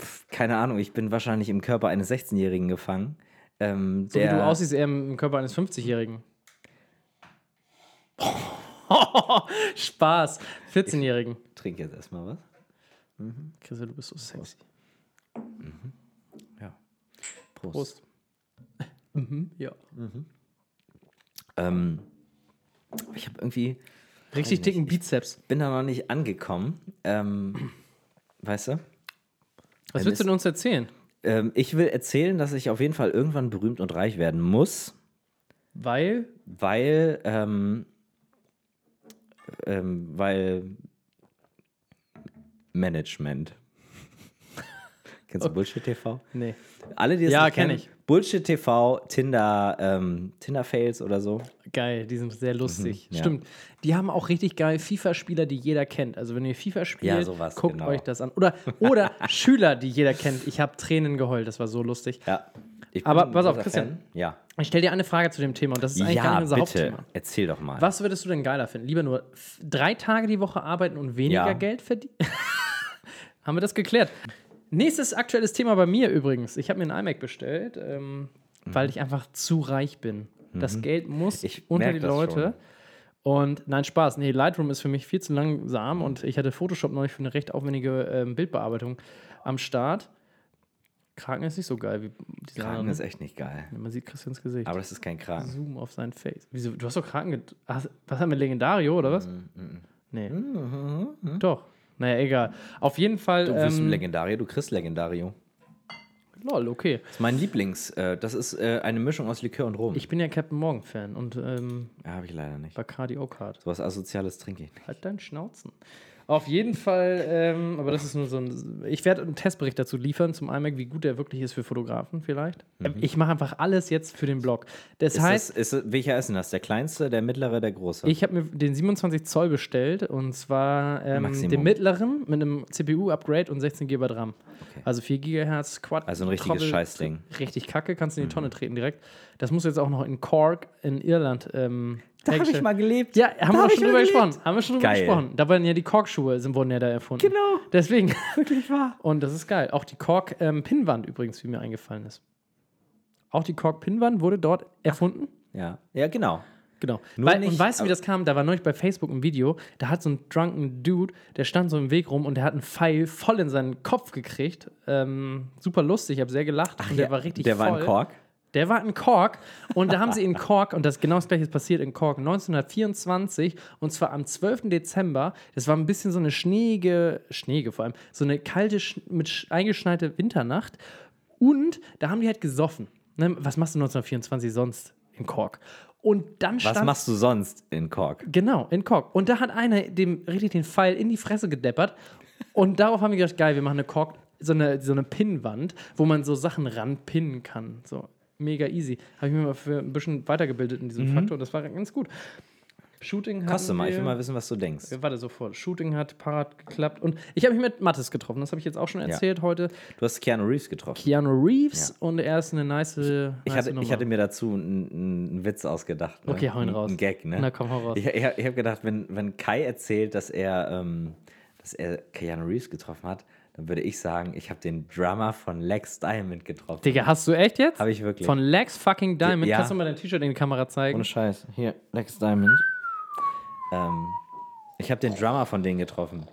S1: pf, keine Ahnung, ich bin wahrscheinlich im Körper eines 16-Jährigen gefangen. Ähm,
S2: So
S1: der,
S2: wie du aussiehst, eher im Körper eines 50-Jährigen. Spaß. 14-Jährigen.
S1: Trink jetzt erstmal was.
S2: Chris, du bist so sexy.
S1: Ja. Prost.
S2: Prost. Mhm, ja.
S1: Ähm, ich habe irgendwie,
S2: Richtig dicken Bizeps.
S1: bin da noch nicht angekommen. Ähm, weißt du?
S2: Was willst
S1: Ein
S2: du
S1: Mist.
S2: denn uns erzählen?
S1: Ähm, ich will erzählen, dass ich auf jeden Fall irgendwann berühmt und reich werden muss.
S2: Weil
S1: weil, ähm, ähm, weil Management. Kennst du Bullshit TV?
S2: Nee.
S1: Alle, die es
S2: Oh. Ja,
S1: nicht
S2: kenn
S1: kennen,
S2: ich.
S1: Bullshit TV, Tinder, ähm, Tinder Fails oder so.
S2: Geil, die sind sehr lustig.
S1: Mhm, ja.
S2: Stimmt. Die haben auch richtig geil FIFA-Spieler, die jeder kennt. Also wenn ihr FIFA spielt,
S1: Ja, sowas,
S2: guckt
S1: genau.
S2: euch das an. Oder, oder Schüler, die jeder kennt. Ich habe Tränen geheult, das war so lustig.
S1: Ja. Ich
S2: Aber
S1: bin ein
S2: pass auf,
S1: großer
S2: Christian.
S1: Fan. Ja.
S2: Ich stell dir eine Frage zu dem Thema und das ist eigentlich gar
S1: Ja,
S2: nicht unser
S1: bitte.
S2: Hauptthema.
S1: Erzähl doch mal.
S2: Was würdest du denn geiler finden? Lieber nur f- drei Tage die Woche arbeiten und weniger
S1: Ja.
S2: Geld verdienen? Haben wir das geklärt? Nächstes aktuelles Thema bei mir übrigens. Ich habe mir einen iMac bestellt, ähm, weil ich einfach zu reich bin. Das Geld muss
S1: Mhm. Ich
S2: unter
S1: merk
S2: die
S1: das
S2: Leute. Und nein, Spaß. Nee, Lightroom ist für mich viel zu langsam und ich hatte Photoshop neulich für eine recht aufwendige ähm, Bildbearbeitung am Start. Kraken ist nicht so geil wie diese
S1: Kragen
S2: anderen.
S1: ist echt nicht geil.
S2: Man sieht Christians Gesicht.
S1: Aber das ist kein Kragen.
S2: Zoom auf sein Face. Wieso? Du hast doch Kraken. get- Hast, was haben wir Legendario oder was? Nee. Doch. Naja, egal. Auf jeden Fall.
S1: Du bist ein
S2: ähm,
S1: Legendario, du kriegst Legendario.
S2: lol, okay.
S1: Das ist mein Lieblings. Äh, das ist äh, eine Mischung aus Likör und Rum.
S2: Ich bin ja Captain Morgan-Fan und ähm,
S1: ja, habe ich leider nicht.
S2: Bacardi Oakard.
S1: Sowas Asoziales trinke ich nicht.
S2: Halt deinen Schnauzen. Auf jeden Fall, ähm, aber das ist nur so ein. Ich werde einen Testbericht dazu liefern zum iMac, wie gut der wirklich ist für Fotografen vielleicht. Ähm, Ich mache einfach alles jetzt für den Blog. Das
S1: Mhm. Ist
S2: heißt,
S1: das, ist, das- welcher ist denn das? Der kleinste, der mittlere, der große?
S2: Ich habe mir den 27 Zoll bestellt und zwar ähm,
S1: Maximum.
S2: den mittleren mit einem CPU-Upgrade und 16 GB RAM. Also 4 GHz Quad.
S1: Also ein richtiges Mhm.
S2: Trottel-
S1: Scheißding.
S2: Richtig kacke, kannst du in die Tonne treten direkt. Das muss jetzt auch noch in Cork in Irland. Ähm,
S1: hab
S2: hergestellt-
S1: gelebt.
S2: Ja, haben wir
S1: hab
S2: auch
S1: ich
S2: schon
S1: mal
S2: drüber
S1: gelebt.
S2: gesprochen. Haben wir schon drüber
S1: Geil.
S2: gesprochen. Da wurden ja die Cork-Schuhe, sind- wurden ja da erfunden.
S1: Genau.
S2: Deswegen.
S1: Wirklich wahr.
S2: Und das ist geil. Auch die Cork-Pinnwand übrigens, wie mir eingefallen ist. Auch die Cork-Pinnwand wurde dort erfunden.
S1: Ja, ja genau.
S2: Genau.
S1: Nur
S2: Weil, und
S1: nicht-
S2: weißt du, wie
S1: aber-
S2: das kam? Da war neulich bei Facebook ein Video, da hat so ein drunken Dude, der stand so im Weg rum und der hat einen Pfeil voll in seinen Kopf gekriegt. Ähm, super lustig, ich habe sehr gelacht. und der
S1: Ja,
S2: war richtig
S1: Der
S2: voll.
S1: war in Kork.
S2: Der war in Kork und da haben sie in Kork, und das genau das gleiche ist passiert in Kork 1924, und zwar am 12. Dezember. Das war ein bisschen so eine schneege, schneege vor allem, so eine kalte, sch- mit sch- eingeschneite Winternacht. Und da haben die halt gesoffen. Ne, Was machst du 1924 sonst in Kork? Und dann
S1: Was
S2: stand
S1: machst du sonst in Kork?
S2: Genau, in Kork. Und da hat einer dem richtig den Pfeil in die Fresse gedeppert. Und darauf haben wir gedacht, geil, wir machen eine Kork, so eine, so eine Pinnwand, wo man so Sachen ranpinnen kann. So mega easy. Habe ich mir mal für ein bisschen weitergebildet in diesem Faktor. Das war ganz gut. Shooting hatten
S1: Koste mal, Mhm. ich
S2: wir-
S1: will mal wissen, was du denkst.
S2: Warte sofort. Shooting hat parat geklappt. Und ich habe mich mit Mattes getroffen. Das habe ich jetzt auch schon erzählt heute.
S1: Du hast Keanu Reeves getroffen.
S2: Keanu Reeves und er ist eine nice.
S1: Ich
S2: nice
S1: hatte, ich
S2: Nummer.
S1: hatte mir dazu einen, einen Witz ausgedacht. Ne?
S2: Okay, hau ihn
S1: Ein-
S2: raus.
S1: Ein Gag, ne?
S2: Na komm, hau raus.
S1: Ich, ich habe hab gedacht, wenn, wenn Kai erzählt, dass er, ähm, dass er Keanu Reeves getroffen hat, dann würde ich sagen, ich habe den Drummer von Lex Diamond getroffen.
S2: Digga, hast du echt jetzt?
S1: Habe ich wirklich.
S2: Von Lex fucking Diamond.
S1: Ja.
S2: Kannst du mal dein T-Shirt in die Kamera zeigen?
S1: Ohne Scheiß. Hier, Lex Diamond. Ähm, ich
S2: Oh.
S1: habe den Drummer von denen getroffen.
S2: Mhm.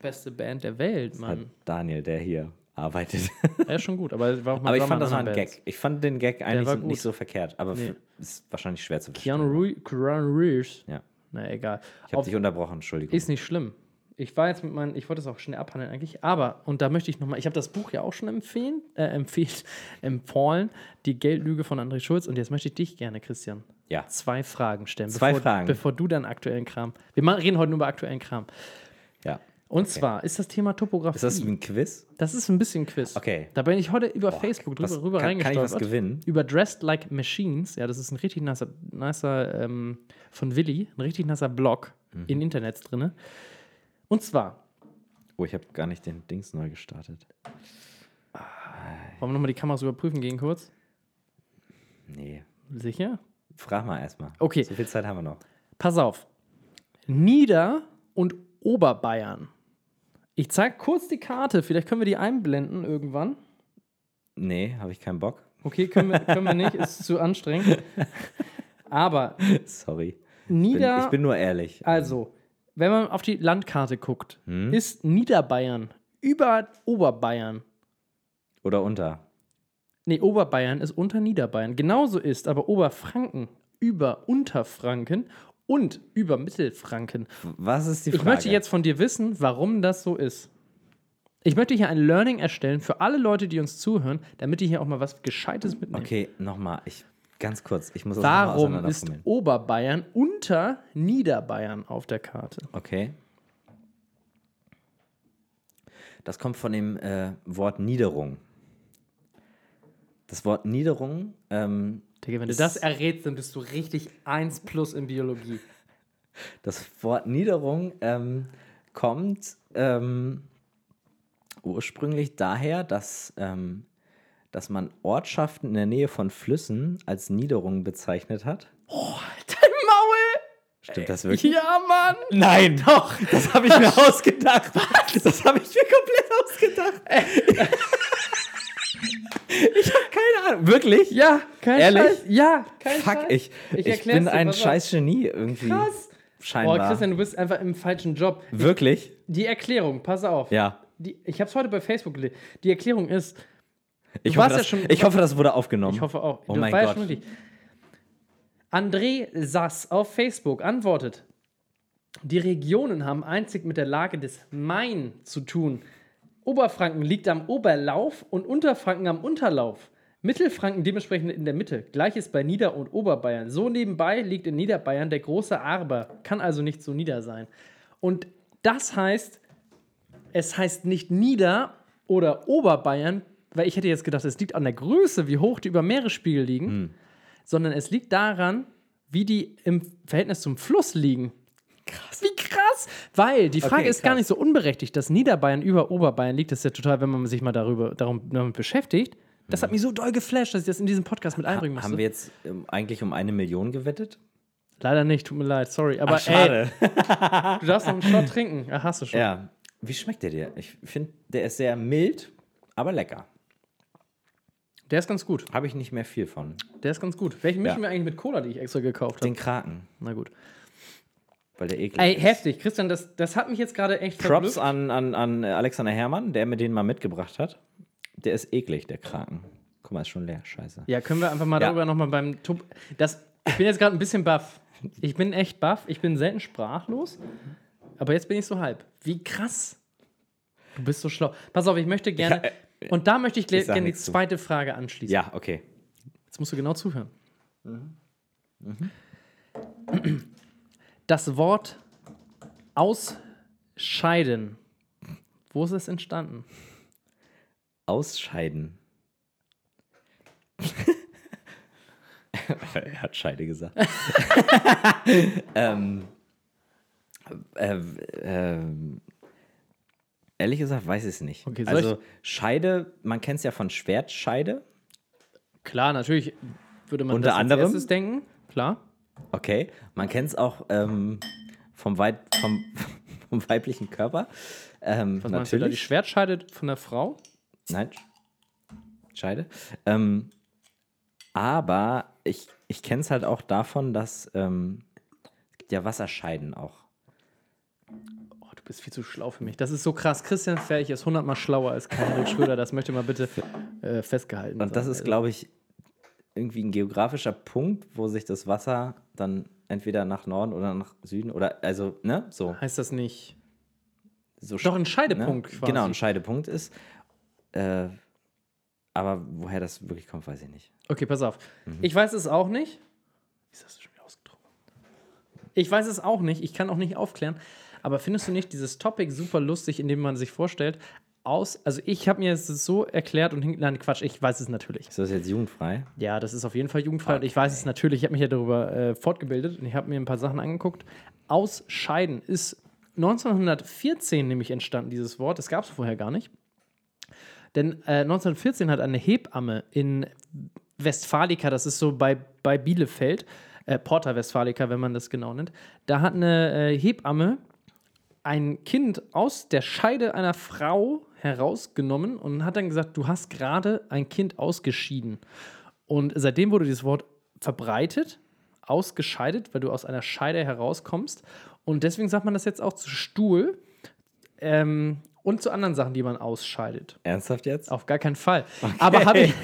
S2: beste Band der Welt,
S1: Hat
S2: Mann.
S1: Daniel, der hier arbeitet.
S2: Er ist schon gut, aber es war auch mal
S1: Aber ich
S2: Drummer
S1: fand das war ein
S2: in anderen
S1: Gag. Ich fand den Gag eigentlich
S2: war
S1: so-
S2: gut.
S1: nicht so verkehrt, aber
S2: Nee.
S1: f- ist wahrscheinlich schwer zu verstehen.
S2: Keanu Rui- Keanu Reeves.
S1: Ja.
S2: Na egal.
S1: Ich habe
S2: Auf,
S1: dich unterbrochen, Entschuldigung.
S2: ist nicht schlimm. Ich war jetzt mit meinen, ich wollte es auch schnell abhandeln eigentlich, aber, und da möchte ich nochmal, ich habe das Buch ja auch schon empfehlen, äh, empfehlen, empfohlen, die Geldlüge von André Schulz und jetzt möchte ich dich gerne, Christian,
S1: ja.
S2: zwei Fragen stellen.
S1: Zwei
S2: bevor,
S1: Fragen.
S2: Bevor du deinen aktuellen Kram, wir machen, reden heute nur über aktuellen Kram.
S1: ja.
S2: Und zwar ist das Thema Topografie.
S1: Ist das ein Quiz?
S2: Das ist ein bisschen Quiz.
S1: Okay.
S2: Hm. Da bin ich heute über Facebook drüber,
S1: was-
S2: rüber
S1: kann- kann ich was
S2: reingestolpert.
S1: gewinnen?
S2: Über Dressed Like Machines. Ja, das ist ein richtig nasser, nasser ähm, von Willi, ein richtig nasser Blog.
S1: Mhm.
S2: in Internets drin. Und zwar,
S1: Oh, ich habe gar nicht den Dings neu gestartet.
S2: wollen wir nochmal die Kameras überprüfen gehen kurz?
S1: Nee.
S2: Sicher?
S1: Frag mal erstmal.
S2: Okay.
S1: So viel Zeit haben wir noch.
S2: Pass auf. Nieder- und Oberbayern. Ich zeige kurz die Karte, vielleicht können wir die einblenden irgendwann.
S1: Nee, habe ich keinen Bock.
S2: Okay, können wir, können wir nicht, ist zu anstrengend. Aber
S1: Sorry. Bin,
S2: Nieder.
S1: ich bin nur ehrlich.
S2: Also, wenn man auf die Landkarte guckt,
S1: Hm?
S2: ist Niederbayern über Oberbayern.
S1: Oder unter.
S2: Nee, Oberbayern ist unter Niederbayern. Genauso ist aber Oberfranken über Unterfranken und über Mittelfranken.
S1: Was ist die Frage?
S2: Ich möchte jetzt von dir wissen, warum das so ist. Ich möchte hier ein Learning erstellen für alle Leute, die uns zuhören, damit die hier auch mal was Gescheites mitnehmen.
S1: Okay, nochmal. Ich, ganz kurz. Ich muss das nochmal
S2: Warum ist
S1: auseinanderfummeln.
S2: Oberbayern unter Niederbayern auf der Karte?
S1: Okay. Das kommt von dem äh, Wort Niederung. Das Wort Niederung ähm,
S2: Digga, wenn du das errätst, dann bist du richtig 1 plus in Biologie.
S1: Das Wort Niederung ähm, kommt ähm, ursprünglich daher, dass, ähm, dass man Ortschaften in der Nähe von Flüssen als Niederung bezeichnet hat.
S2: Dein Maul!
S1: Stimmt das wirklich?
S2: Ja, Mann!
S1: Nein, doch! Das habe ich mir ausgedacht. Das habe ich mir komplett ausgedacht.
S2: Äh.
S1: ich habe keine Ahnung. Wirklich?
S2: Ja, kein
S1: Ehrlich?
S2: Scheiß. Ja, kein
S1: Fuck,
S2: Scheiß.
S1: ich, ich,
S2: erklär's
S1: bin
S2: dir,
S1: ein
S2: pass auf.
S1: scheiß Genie irgendwie.
S2: Krass. Boah,
S1: Scheinbar.
S2: Christian, du bist einfach im falschen Job.
S1: wirklich?
S2: Die Erklärung, pass auf.
S1: Ja.
S2: Die, ich hab's heute bei Facebook gelesen. Die Erklärung ist,
S1: Ich
S2: Du warst
S1: hoffe,
S2: ja
S1: das,
S2: schon-
S1: ich hoffe, das wurde aufgenommen.
S2: ich hoffe auch,
S1: Oh
S2: du
S1: mein
S2: weißt
S1: Gott.
S2: schon richtig. André Sass auf Facebook antwortet: Die Regionen haben einzig mit der Lage des Main zu tun. Oberfranken liegt am Oberlauf und Unterfranken am Unterlauf. Mittelfranken dementsprechend in der Mitte. Gleiches bei Nieder- und Oberbayern. So nebenbei liegt in Niederbayern der große Arber. Kann also nicht so nieder sein. Und das heißt, es heißt nicht Nieder- oder Oberbayern, weil ich hätte jetzt gedacht, es liegt an der Größe, wie hoch die über Meeresspiegel liegen,
S1: Hm.
S2: sondern es liegt daran, wie die im Verhältnis zum Fluss liegen. Krass. Wie krass! Weil die Frage
S1: Okay,
S2: ist gar
S1: krass.
S2: nicht so unberechtigt, dass Niederbayern über Oberbayern liegt, das ist ja total, wenn man sich mal darüber, darum, damit beschäftigt. Das hat mich so doll geflasht, dass ich das in diesem Podcast mit einbringen musste.
S1: Hm. Haben wir jetzt ähm, eigentlich um eine Million gewettet?
S2: Leider nicht, tut mir leid, sorry. Aber
S1: schade.
S2: ey, du darfst noch einen Shot trinken. Ach, hast du schon.
S1: Ja. Wie schmeckt der dir? Ich finde, der ist sehr mild, aber lecker.
S2: Der ist ganz gut.
S1: Habe ich nicht mehr viel von.
S2: Der ist ganz gut. Welchen mischen
S1: Ja.
S2: wir eigentlich mit Cola, die ich extra gekauft habe?
S1: Den Kraken,
S2: Na gut.
S1: weil der eklig
S2: Ey,
S1: ist.
S2: heftig. Christian, das, das hat mich jetzt gerade echt
S1: Props
S2: verblüfft.
S1: an, an, an Alexander Herrmann, der mir den mal mitgebracht hat. Der ist eklig, der Kraken. Guck mal, ist schon leer. Scheiße.
S2: Ja, können wir einfach mal
S1: Ja.
S2: darüber nochmal beim Top. Das, ich bin jetzt gerade ein bisschen baff. Ich bin echt baff. Ich bin selten sprachlos. Aber jetzt bin ich so halb. Wie krass. Du bist so schlau. Pass auf, ich möchte gerne.
S1: Ja, äh,
S2: und da möchte ich, gl-
S1: ich sag
S2: gerne die
S1: nichts zu.
S2: zweite Frage anschließen.
S1: Ja, okay.
S2: Jetzt musst du genau zuhören.
S1: Mhm.
S2: Das Wort ausscheiden. Wo ist es entstanden?
S1: Ausscheiden. er hat Scheide gesagt. ähm, äh, ähm, ehrlich gesagt, weiß ich es nicht.
S2: Okay, soll
S1: also Scheide, man kennt es ja von Schwertscheide.
S2: Klar, natürlich würde man
S1: Unter
S2: das als
S1: anderem?
S2: erstes denken. Klar.
S1: Okay. Man kennt es auch ähm, vom, Weit, vom, vom weiblichen Körper. Ähm,
S2: Was meinst du da? Die
S1: natürlich.
S2: Schwertscheide von der Frau?
S1: Nein. Scheide. Ähm, aber ich, ich kenne es halt auch davon, dass ähm, es gibt ja Wasserscheiden auch.
S2: Oh, du bist viel zu schlau für mich. Das ist so krass. Christian Ferch ist hundertmal schlauer als Karl Schröder. Das möchte mal bitte äh, festgehalten
S1: Und das
S2: sein.
S1: ist, glaube ich, irgendwie ein geografischer Punkt, wo sich das Wasser dann entweder nach Norden oder nach Süden oder also, ne? So.
S2: Heißt das nicht?
S1: so
S2: Doch, ein Scheidepunkt
S1: ne?
S2: quasi.
S1: Genau, ein Scheidepunkt ist. Äh, aber woher das wirklich kommt, weiß ich nicht.
S2: Okay, pass auf.
S1: Mhm.
S2: Ich weiß es auch nicht. Wieso hast du schon wieder ausgetrunken? Ich weiß es auch nicht. Ich kann auch nicht aufklären. Aber findest du nicht dieses Topic super lustig, indem man sich vorstellt, aus. Also, ich habe mir es so erklärt und hing. Nein, Quatsch, ich weiß es natürlich.
S1: Ist das jetzt jugendfrei?
S2: Ja, das ist auf jeden Fall jugendfrei. Und ich weiß es natürlich. Ich habe mich ja darüber äh, fortgebildet und ich habe mir ein paar Sachen angeguckt. Ausscheiden ist 1914 nämlich entstanden, dieses Wort. Das gab es vorher gar nicht. Denn äh, 1914 hat eine Hebamme in Westfalica, das ist so bei, bei Bielefeld, äh, Porta Westfalica, wenn man das genau nennt, da hat eine äh, Hebamme ein Kind aus der Scheide einer Frau herausgenommen und hat dann gesagt, du hast gerade ein Kind ausgeschieden. Und seitdem wurde dieses Wort verbreitet, ausgescheidet, weil du aus einer Scheide herauskommst. Und deswegen sagt man das jetzt auch zu Stuhl ähm, und zu anderen Sachen, die man ausscheidet.
S1: Ernsthaft jetzt?
S2: Auf gar keinen Fall. Aber habe ich,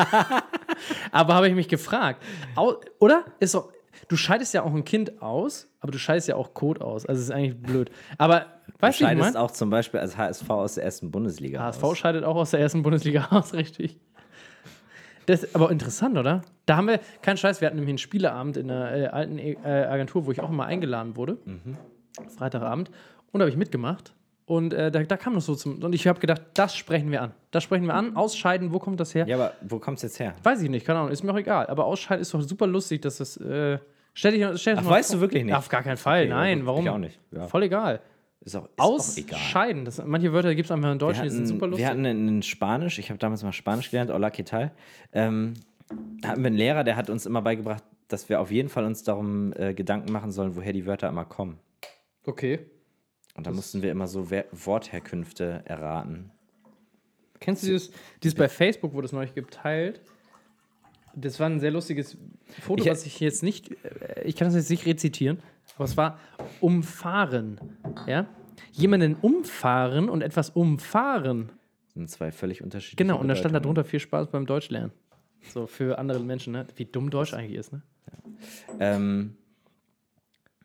S2: aber habe ich mich gefragt, Au, oder? Ist doch, du scheidest ja auch ein Kind aus, aber du scheidest ja auch Kot aus. Also es ist eigentlich blöd. Aber weißt du, wie ich
S1: Scheidest
S2: meine?
S1: auch zum Beispiel als HSV aus der ersten Bundesliga
S2: HSV
S1: aus.
S2: scheidet auch aus der ersten Bundesliga aus, richtig. Das, aber interessant, oder? Da haben wir, kein Scheiß, wir hatten nämlich einen Spieleabend in der äh, alten äh, Agentur, wo ich auch immer eingeladen wurde.
S1: Mhm.
S2: Freitagabend. Und da habe ich mitgemacht. Und äh, da, da kam das so zum. Und ich habe gedacht, das sprechen wir an. Das sprechen wir an. Ausscheiden, wo kommt das her?
S1: Mhm. Ja, aber wo kommt's jetzt her?
S2: Weiß ich nicht, keine Ahnung, ist mir auch egal. Aber Ausscheiden ist doch super lustig, dass das. Äh, stell dich, stell dich
S1: Ach,
S2: mal
S1: weißt
S2: vor.
S1: du wirklich nicht?
S2: Auf gar keinen Fall,
S1: Okay, ja,
S2: nein,
S1: gut,
S2: warum?
S1: Ich auch nicht. Ja.
S2: Voll egal.
S1: Ist auch, ist auch egal.
S2: Ausscheiden, das, manche Wörter gibt es einfach in
S1: Wir
S2: Deutsch, die sind super
S1: hatten,
S2: lustig.
S1: wir hatten in in Spanisch, ich habe damals mal Spanisch gelernt, hola, ¿qué tal? Ähm, da hatten wir einen Lehrer, der hat uns immer beigebracht, dass wir auf jeden Fall uns darum äh, Gedanken machen sollen, woher die Wörter immer kommen.
S2: okay.
S1: Und da mussten wir immer so Wer Wortherkünfte erraten.
S2: Kennst du dieses, dieses bei Facebook, wurde es neulich geteilt? Das war ein sehr lustiges Foto,
S1: Ich-
S2: was ich jetzt nicht, äh, ich kann das jetzt nicht rezitieren, aber es war umfahren. Ja? Jemanden umfahren und etwas umfahren.
S1: Das sind zwei völlig unterschiedliche
S2: Genau, und da stand da
S1: Bedeutungen.
S2: drunter viel Spaß beim Deutschlernen. So für andere Menschen, ne? wie dumm Deutsch eigentlich ist. Ne?
S1: Ähm,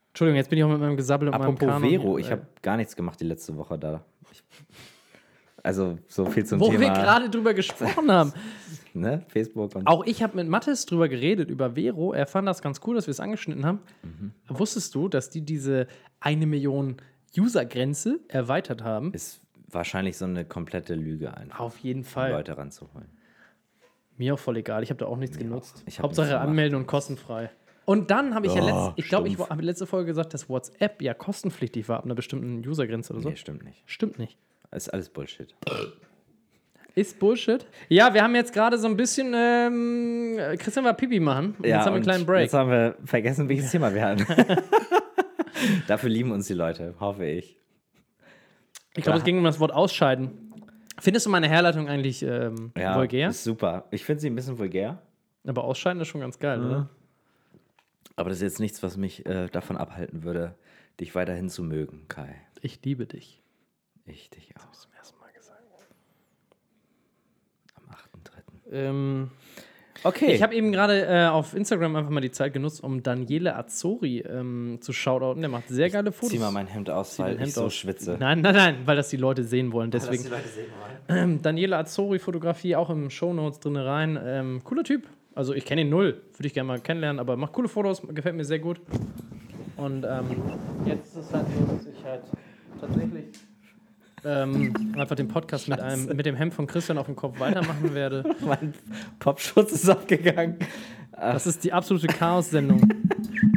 S2: Entschuldigung, jetzt bin ich auch mit meinem Gesabbel und meinem
S1: apropos
S2: Kanon hier,
S1: Vero, ich
S2: äh,
S1: habe gar nichts gemacht die letzte Woche da. Ich, also so viel zum
S2: Wo wir
S1: Thema
S2: gerade drüber gesprochen haben.
S1: ne? Facebook und
S2: Auch ich habe mit Mattes drüber geredet, über Vero. Er fand das ganz cool, dass wir es angeschnitten haben.
S1: Mhm.
S2: Wusstest du, dass die diese eine Million User-Grenze erweitert haben?
S1: ist wahrscheinlich so eine komplette Lüge einfach,
S2: Auf jeden
S1: um
S2: Fall.
S1: Leute ranzuholen.
S2: Mir auch voll egal. Ich habe da auch nichts genutzt.
S1: Ich hab nichts
S2: Hauptsache
S1: gemacht.
S2: anmelden und kostenfrei. Und dann habe ich ja
S1: Oh,
S2: letzte, ich glaube, ich
S1: stumpf.
S2: habe letzte Folge gesagt, dass WhatsApp ja kostenpflichtig war ab einer bestimmten Usergrenze oder so.
S1: Nee, stimmt nicht.
S2: Stimmt nicht.
S1: Ist alles Bullshit.
S2: Ist Bullshit. Ja, wir haben jetzt gerade so ein bisschen ähm, Christian war Pipi machen. Und jetzt haben wir einen
S1: und
S2: kleinen Break.
S1: Jetzt haben wir vergessen, welches Thema wir hatten. Dafür lieben uns die Leute, hoffe ich.
S2: Ich glaube, es ging um das Wort Ausscheiden. Findest du meine Herleitung eigentlich ähm,
S1: Ja,
S2: vulgär?
S1: Ist super. Ich finde sie ein bisschen vulgär,
S2: Aber Ausscheiden ist schon ganz geil,
S1: Mhm.
S2: oder?
S1: aber das ist jetzt nichts, was mich äh, davon abhalten würde, dich weiterhin zu mögen, Kai.
S2: Ich liebe dich.
S1: Ich dich auch.
S2: Zum ersten Mal gesagt.
S1: Am 8.3.
S2: Ähm,
S1: Okay.
S2: Ich habe eben gerade äh, auf Instagram einfach mal die Zeit genutzt, um Daniele Azzori ähm, zu shoutouten. Der macht sehr geile Fotos.
S1: Zieh mal mein Hemd aus, weil
S2: Dein Hemd
S1: ich so
S2: aus.
S1: schwitze.
S2: Nein, nein, nein, weil das die Leute sehen wollen. Deswegen
S1: Deswegen.
S2: Ähm, Daniele Azzori Fotografie auch im Shownotes drin rein. Ähm, cooler Typ. Also ich kenne ihn null. Würde ich gerne mal kennenlernen, aber macht coole Fotos, gefällt mir sehr gut. Und ähm, jetzt ist es halt so, dass ich halt tatsächlich ähm, einfach den Podcast mit, einem, mit dem Hemd von Christian auf dem Kopf weitermachen werde.
S1: mein Popschutz ist abgegangen.
S2: Das ist die absolute Chaos-Sendung.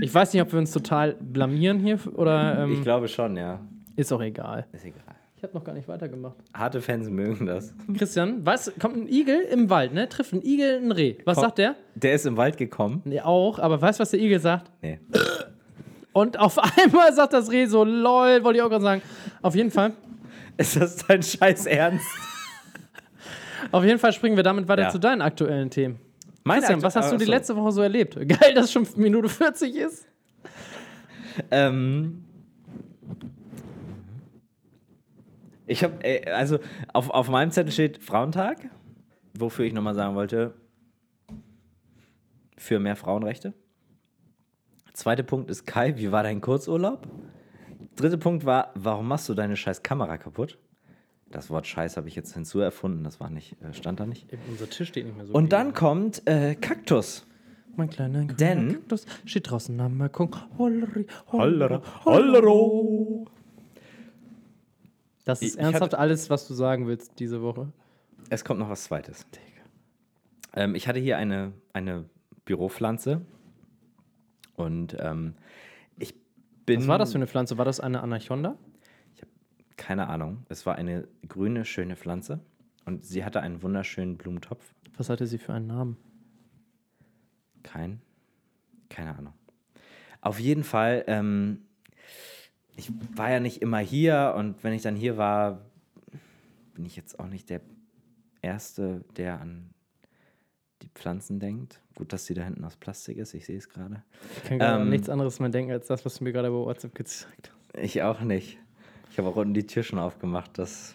S2: Ich weiß nicht, ob wir uns total blamieren hier oder
S1: Ich
S2: ähm,
S1: glaube schon, ja.
S2: ist auch egal.
S1: Ist egal.
S2: Ich habe noch gar nicht weitergemacht.
S1: Harte Fans mögen das.
S2: Christian, was kommt ein Igel im Wald, ne? Trifft ein Igel ein Reh. Was
S1: Komm.
S2: sagt der?
S1: Der ist im Wald gekommen.
S2: Nee, auch, aber weißt du, was der Igel sagt?
S1: Nee.
S2: Und auf einmal sagt das Reh so, lol, wollte ich auch gerade sagen. Auf jeden Fall,
S1: Ist das dein scheiß Ernst?
S2: auf jeden Fall springen wir damit weiter
S1: Ja.
S2: zu deinen aktuellen Themen.
S1: Meine
S2: Christian,
S1: Aktu-
S2: was hast du die
S1: Achso.
S2: letzte Woche so erlebt? Geil, dass schon Minute 40 ist.
S1: Ähm, ich habe, also auf, auf meinem Zettel steht Frauentag, wofür ich nochmal sagen wollte, für mehr Frauenrechte. Zweiter Punkt ist Kai, wie war dein Kurzurlaub? Dritter Punkt war, warum machst du deine scheiß Kamera kaputt? Das Wort Scheiß habe ich jetzt hinzuerfunden, das war nicht, äh, stand da nicht.
S2: Unser Tisch steht nicht mehr so.
S1: Und dann kommt äh, Kaktus.
S2: Mein kleiner grüner
S1: Denn-
S2: Kaktus steht draußen am Balkon. Holleri,
S1: Hollero,
S2: hollero,
S1: hollero.
S2: Das ist
S1: Ich- ich
S2: ernsthaft alles, was du sagen willst diese Woche.
S1: Es kommt noch was Zweites. Ähm, ich hatte hier eine, eine Büropflanze und ähm, ich bin.
S2: Was war das für eine Pflanze? War das eine Anaconda?
S1: Keine Ahnung. Es war eine grüne, schöne Pflanze. Und sie hatte einen wunderschönen Blumentopf.
S2: Was hatte sie für einen Namen?
S1: Kein. Keine Ahnung. Auf jeden Fall, ähm, ich war ja nicht immer hier und wenn ich dann hier war, bin ich jetzt auch nicht der Erste, der an die Pflanzen denkt. Gut, dass sie da hinten aus Plastik ist, ich sehe es gerade.
S2: Ich kann gerade
S1: Ähm.
S2: an nichts anderes mehr denken als das, was du mir gerade über WhatsApp gezeigt
S1: Ich auch nicht. Ich habe auch unten die Tür schon aufgemacht, dass,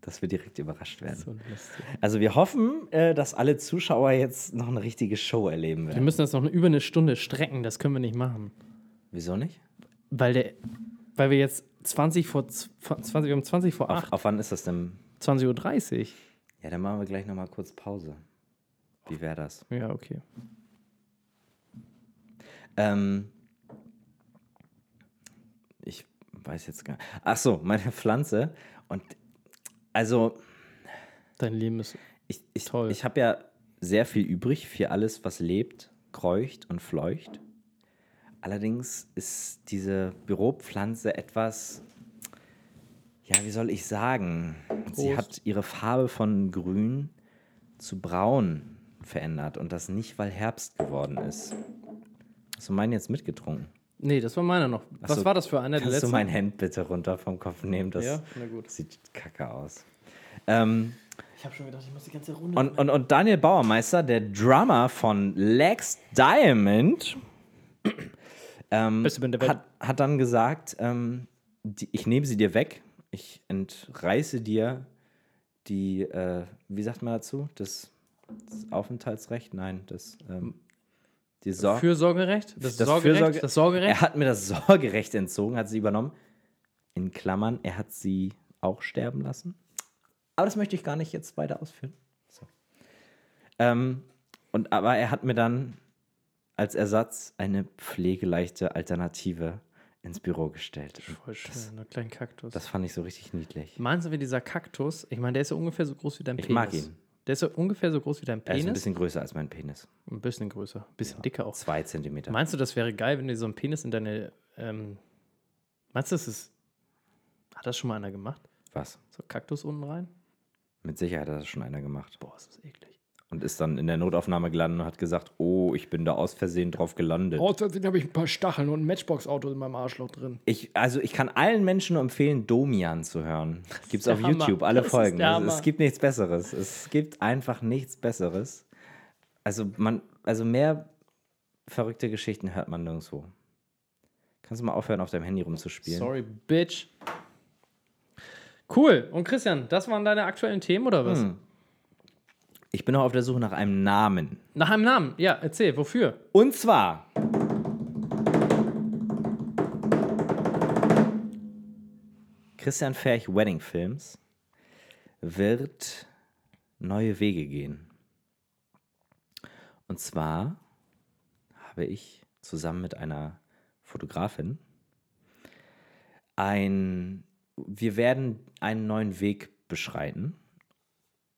S1: dass wir direkt überrascht werden.
S2: hast. So lustig.
S1: Also wir hoffen, äh, dass alle Zuschauer jetzt noch eine richtige Show erleben
S2: Wir
S1: werden.
S2: müssen das noch über eine Stunde strecken, das können wir nicht machen.
S1: Wieso nicht?
S2: Weil, der, weil wir jetzt 20 vor z- 20, wir haben 20 vor
S1: Auf,
S2: 8,
S1: auf wann ist das denn?
S2: 20.30
S1: Ja, dann machen wir gleich nochmal kurz Pause. Wie wäre das?
S2: Uhr. Ja, okay.
S1: Ähm, ich weiß jetzt gar nicht. Ach so, meine Pflanze. Und also
S2: Dein Leben ist.
S1: ich, ich,
S2: Toll.
S1: ich habe ja sehr viel übrig für alles, was lebt, kreucht und fleucht. Allerdings ist diese Büropflanze etwas, ja, wie soll ich sagen? Sie
S2: Prost.
S1: hat ihre Farbe von grün zu braun verändert und das nicht, weil Herbst geworden ist. Hast du meinen jetzt mitgetrunken?
S2: Nee, das war meiner noch. Was
S1: so,
S2: war das für einer der
S1: Kannst du
S2: letzten?
S1: mein Hemd bitte runter vom Kopf nehmen? Das
S2: Ja, na gut.
S1: sieht kacke aus. Ähm,
S2: Ich habe schon gedacht, ich muss die ganze Runde.
S1: und, und, und Daniel Bauermeister, der Drummer von Lex Diamond, ähm,
S2: Beste Band der Welt.
S1: hat, hat dann gesagt, ähm, die, ich nehme sie dir weg, ich entreiße dir die, äh, wie sagt man dazu, das, das Aufenthaltsrecht? Nein, das, ähm, die Sorge.
S2: Fürsorgerecht? Das,
S1: Das
S2: Sorgerecht?
S1: Fürsorge-
S2: das Sorgerecht?
S1: Er hat mir das Sorgerecht entzogen, hat sie übernommen. In Klammern, er hat sie auch sterben lassen. Aber das möchte ich gar nicht jetzt weiter ausführen. So. Ähm, und, aber er hat mir dann als Ersatz eine pflegeleichte Alternative ins Büro gestellt. Und
S2: Voll schön, einen kleinen Kaktus.
S1: Das fand ich so richtig niedlich.
S2: Meinst du, wie dieser Kaktus? Ich meine, der ist ja ungefähr so groß wie dein
S1: Ich
S2: Penis.
S1: mag ihn.
S2: Der ist ja ungefähr so groß wie dein
S1: Er ist ein
S2: Penis. Oh.
S1: bisschen größer als mein Penis.
S2: ein bisschen größer, ein bisschen dicker auch.
S1: Zwei Zentimeter.
S2: Meinst du, das wäre geil, wenn du so einen Penis in deine. Ähm, meinst du, das ist. Hat das schon mal einer gemacht?
S1: Was?
S2: So Kaktus unten rein?
S1: Mit Sicherheit hat das schon einer gemacht.
S2: Boah, ist das eklig.
S1: Und ist dann in der Notaufnahme gelandet und hat gesagt, oh, ich bin da aus Versehen drauf gelandet.
S2: Außerdem habe ich ein paar Stacheln und ein Matchbox-Auto in meinem Arschloch drin.
S1: Ich, also ich kann allen Menschen nur empfehlen, Domian zu hören. Gibt's
S2: der
S1: auf
S2: Hammer.
S1: YouTube, alle
S2: Das ist
S1: Folgen.
S2: der
S1: Also,
S2: Hammer.
S1: es gibt nichts Besseres. Es gibt einfach nichts Besseres. Also man, also mehr verrückte Geschichten hört man nirgendwo. Kannst du mal aufhören, auf deinem Handy rumzuspielen?
S2: Sorry, Bitch. Cool. Und Christian, das waren deine aktuellen Themen oder was?
S1: Hm. Ich bin noch auf der Suche nach einem Namen.
S2: Nach einem Namen. Ja, erzähl, wofür?
S1: Und zwar. Christian Ferch Wedding Films wird neue Wege gehen. Und zwar habe ich zusammen mit einer Fotografin ein, wir werden einen neuen Weg beschreiten.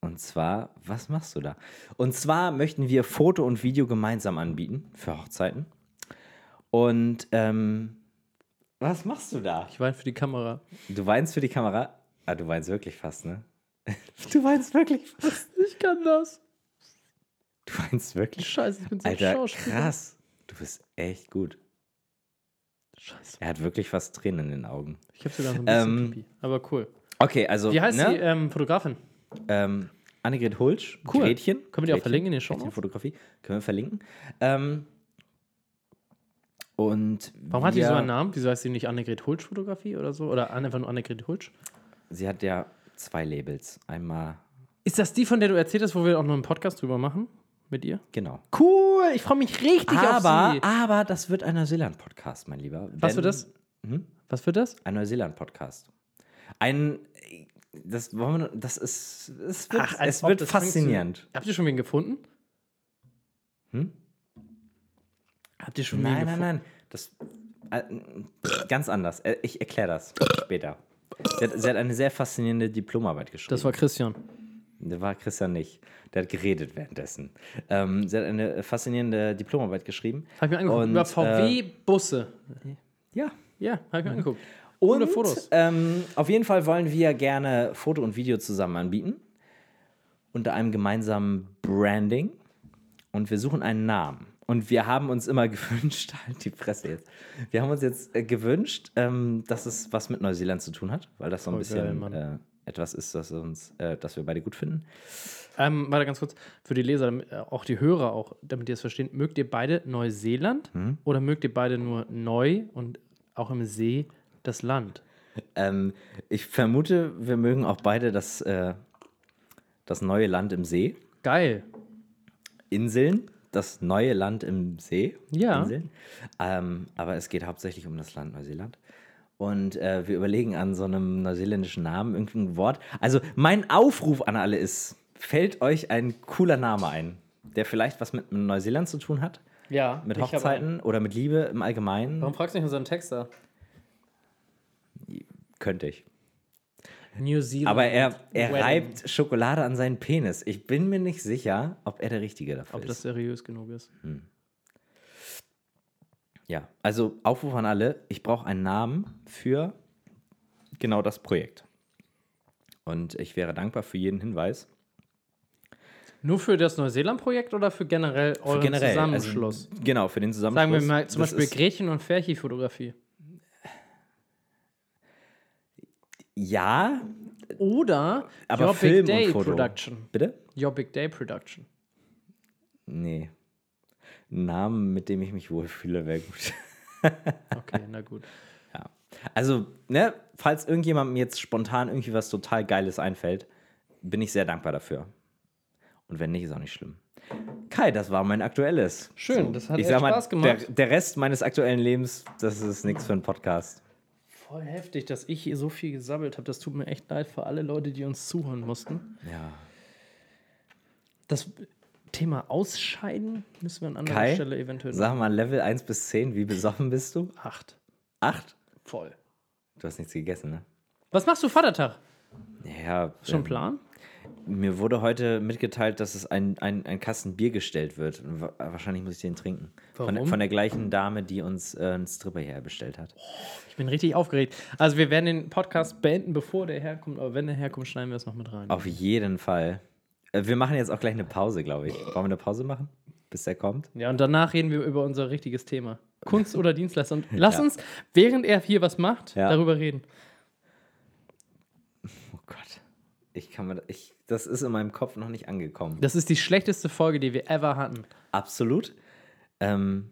S1: Und zwar, was machst du da? Und zwar möchten wir Foto und Video gemeinsam anbieten für Hochzeiten. Und ähm, was machst du da?
S2: Ich weine für die Kamera.
S1: Du weinst für die Kamera? Ah, du weinst wirklich fast, ne? Du weinst wirklich fast.
S2: Ich kann das.
S1: Du weinst wirklich.
S2: Scheiße, ich bin so ein
S1: Alter,
S2: Schauspieler.
S1: krass. Du bist echt gut.
S2: Scheiße.
S1: Er hat wirklich fast Tränen in den Augen.
S2: Ich habe sogar so ein bisschen
S1: Ähm,
S2: Pipi. Aber cool.
S1: Okay, also.
S2: Wie heißt
S1: ne?
S2: die ähm, Fotografin?
S1: Ähm, Annegret Hulsch,
S2: Cool.
S1: Gretchen.
S2: Können wir die auch
S1: Gretchen,
S2: verlinken in den Show
S1: Gretchen
S2: Notes?
S1: Fotografie. Können wir verlinken. Ähm, und
S2: Warum hat die
S1: wir-
S2: so einen Namen? Wieso heißt sie nicht Annegret Hulsch Fotografie oder so? Oder einfach nur Annegret Hulsch?
S1: Sie hat ja zwei Labels. Einmal,
S2: Ist das die, von der du erzählt hast, wo wir auch noch einen Podcast drüber machen? Mit ihr?
S1: genau.
S2: Cool, ich freue mich richtig
S1: Aber, aber das wird ein Neuseeland-Podcast, mein Lieber. Hm?
S2: Was
S1: Denn-
S2: wird das? Was wird das?
S1: Ein Neuseeland-Podcast. Ein, das wollen wir, das ist, es wird,
S2: als
S1: es
S2: ob
S1: wird
S2: das
S1: faszinierend.
S2: Habt ihr schon wen gefunden?
S1: Hm?
S2: Habt ihr schon
S1: Nein,
S2: wen
S1: nein,
S2: gefunden?
S1: nein. Das, äh, ganz anders. Äh, Ich erkläre das später. Sie hat, sie hat eine sehr faszinierende Diplomarbeit geschrieben.
S2: Das war Christian.
S1: Der war Christian nicht. Der hat geredet währenddessen. Ähm, sie hat eine faszinierende Diplomarbeit geschrieben.
S2: Hab ich mir angeguckt.
S1: Und,
S2: Über VW-Busse.
S1: äh, Ja,
S2: Ja, habe ich mir angeguckt.
S1: Und
S2: Fotos.
S1: Ähm, auf jeden Fall wollen wir gerne Foto und Video zusammen anbieten. Unter einem gemeinsamen Branding. Und wir suchen einen Namen. Und wir haben uns immer gewünscht, halt die Presse jetzt. Wir haben uns jetzt äh, gewünscht, ähm, dass es was mit Neuseeland zu tun hat, weil das so ein
S2: Voll geil,
S1: bisschen
S2: Mann.
S1: äh, etwas ist, das uns, äh, das wir beide gut finden.
S2: Ähm, warte ganz kurz, für die Leser, damit, äh, auch die Hörer auch, damit ihr es versteht, mögt ihr beide Neuseeland
S1: Hm?
S2: oder mögt ihr beide nur neu und auch im See das Land?
S1: Ähm, ich vermute, wir mögen auch beide das, äh, das neue Land im See.
S2: Geil.
S1: Inseln, das neue Land im See.
S2: Ja.
S1: Inseln. Ähm, aber es geht hauptsächlich um das Land Neuseeland. Und äh, wir überlegen an so einem neuseeländischen Namen irgendein Wort. Also mein Aufruf an alle ist, fällt euch ein cooler Name ein, der vielleicht was mit Neuseeland zu tun hat,
S2: Ja.
S1: mit Hochzeiten oder mit Liebe im Allgemeinen.
S2: Warum fragst du nicht unseren Texter?
S1: Könnte ich.
S2: New Zealand.
S1: Aber er, er
S2: Wedding.
S1: reibt Schokolade an seinen Penis. Ich bin mir nicht sicher, ob er der Richtige dafür
S2: Ob
S1: ist.
S2: das seriös genug ist.
S1: Ja, also Aufruf an alle, ich brauche einen Namen für genau das Projekt. Und ich wäre dankbar für jeden Hinweis.
S2: Nur für das Neuseeland-Projekt oder für generell
S1: Für
S2: euren Zusammenschluss?
S1: Also, genau, für den Zusammenschluss.
S2: Sagen wir mal zum
S1: Das
S2: Beispiel
S1: ist-
S2: Gretchen- und Ferchi-Fotografie.
S1: Ja,
S2: Oder
S1: Äh, aber
S2: Your Big
S1: Film
S2: Day
S1: und Foto.
S2: Production.
S1: Bitte?
S2: Your Big Day Production.
S1: Nee. Ein Namen, mit dem ich mich wohlfühle, wäre gut.
S2: Okay, na gut.
S1: ja. Also, ne, falls irgendjemandem jetzt spontan irgendwie was total Geiles einfällt, bin ich sehr dankbar dafür. Und wenn nicht, ist auch nicht schlimm. Kai, das war mein aktuelles.
S2: Schön, das hat
S1: ich
S2: echt
S1: sag mal,
S2: Spaß gemacht.
S1: Der, der Rest meines aktuellen Lebens, das ist nichts für einen Podcast.
S2: Voll heftig, dass ich hier so viel gesammelt habe. Das tut mir echt leid für alle Leute, die uns zuhören mussten.
S1: Ja.
S2: Das Thema Ausscheiden müssen wir an anderer
S1: Kai,
S2: Stelle eventuell
S1: Sag mal, Level 1 bis 10, wie besoffen bist du?
S2: acht.
S1: 8?
S2: Voll.
S1: Du hast nichts gegessen, ne?
S2: Was machst du Vatertag?
S1: Ja,
S2: Schon
S1: ähm,
S2: Plan?
S1: mir wurde heute mitgeteilt, dass es ein, ein, ein Kasten Bier gestellt wird. Und wa- Wahrscheinlich muss ich den trinken. Von,
S2: Warum?
S1: von der gleichen Dame, die uns äh, einen Stripper hierher bestellt hat.
S2: Oh. Ich bin richtig aufgeregt. Also wir werden den Podcast beenden, bevor der herkommt. Aber wenn der herkommt, schneiden wir es noch mit rein.
S1: Auf jeden Fall. Äh, wir machen jetzt auch gleich eine Pause, glaube ich. Wollen wir eine Pause machen, bis er kommt?
S2: Ja, und danach reden wir über unser richtiges Thema. Kunst oder Dienstleister. Und lass uns, während er hier was macht,
S1: Ja.
S2: darüber reden.
S1: Oh Gott. Ich kann mir, ich, das ist in meinem Kopf noch nicht angekommen.
S2: Das ist die schlechteste Folge, die wir ever hatten.
S1: Absolut. Ähm,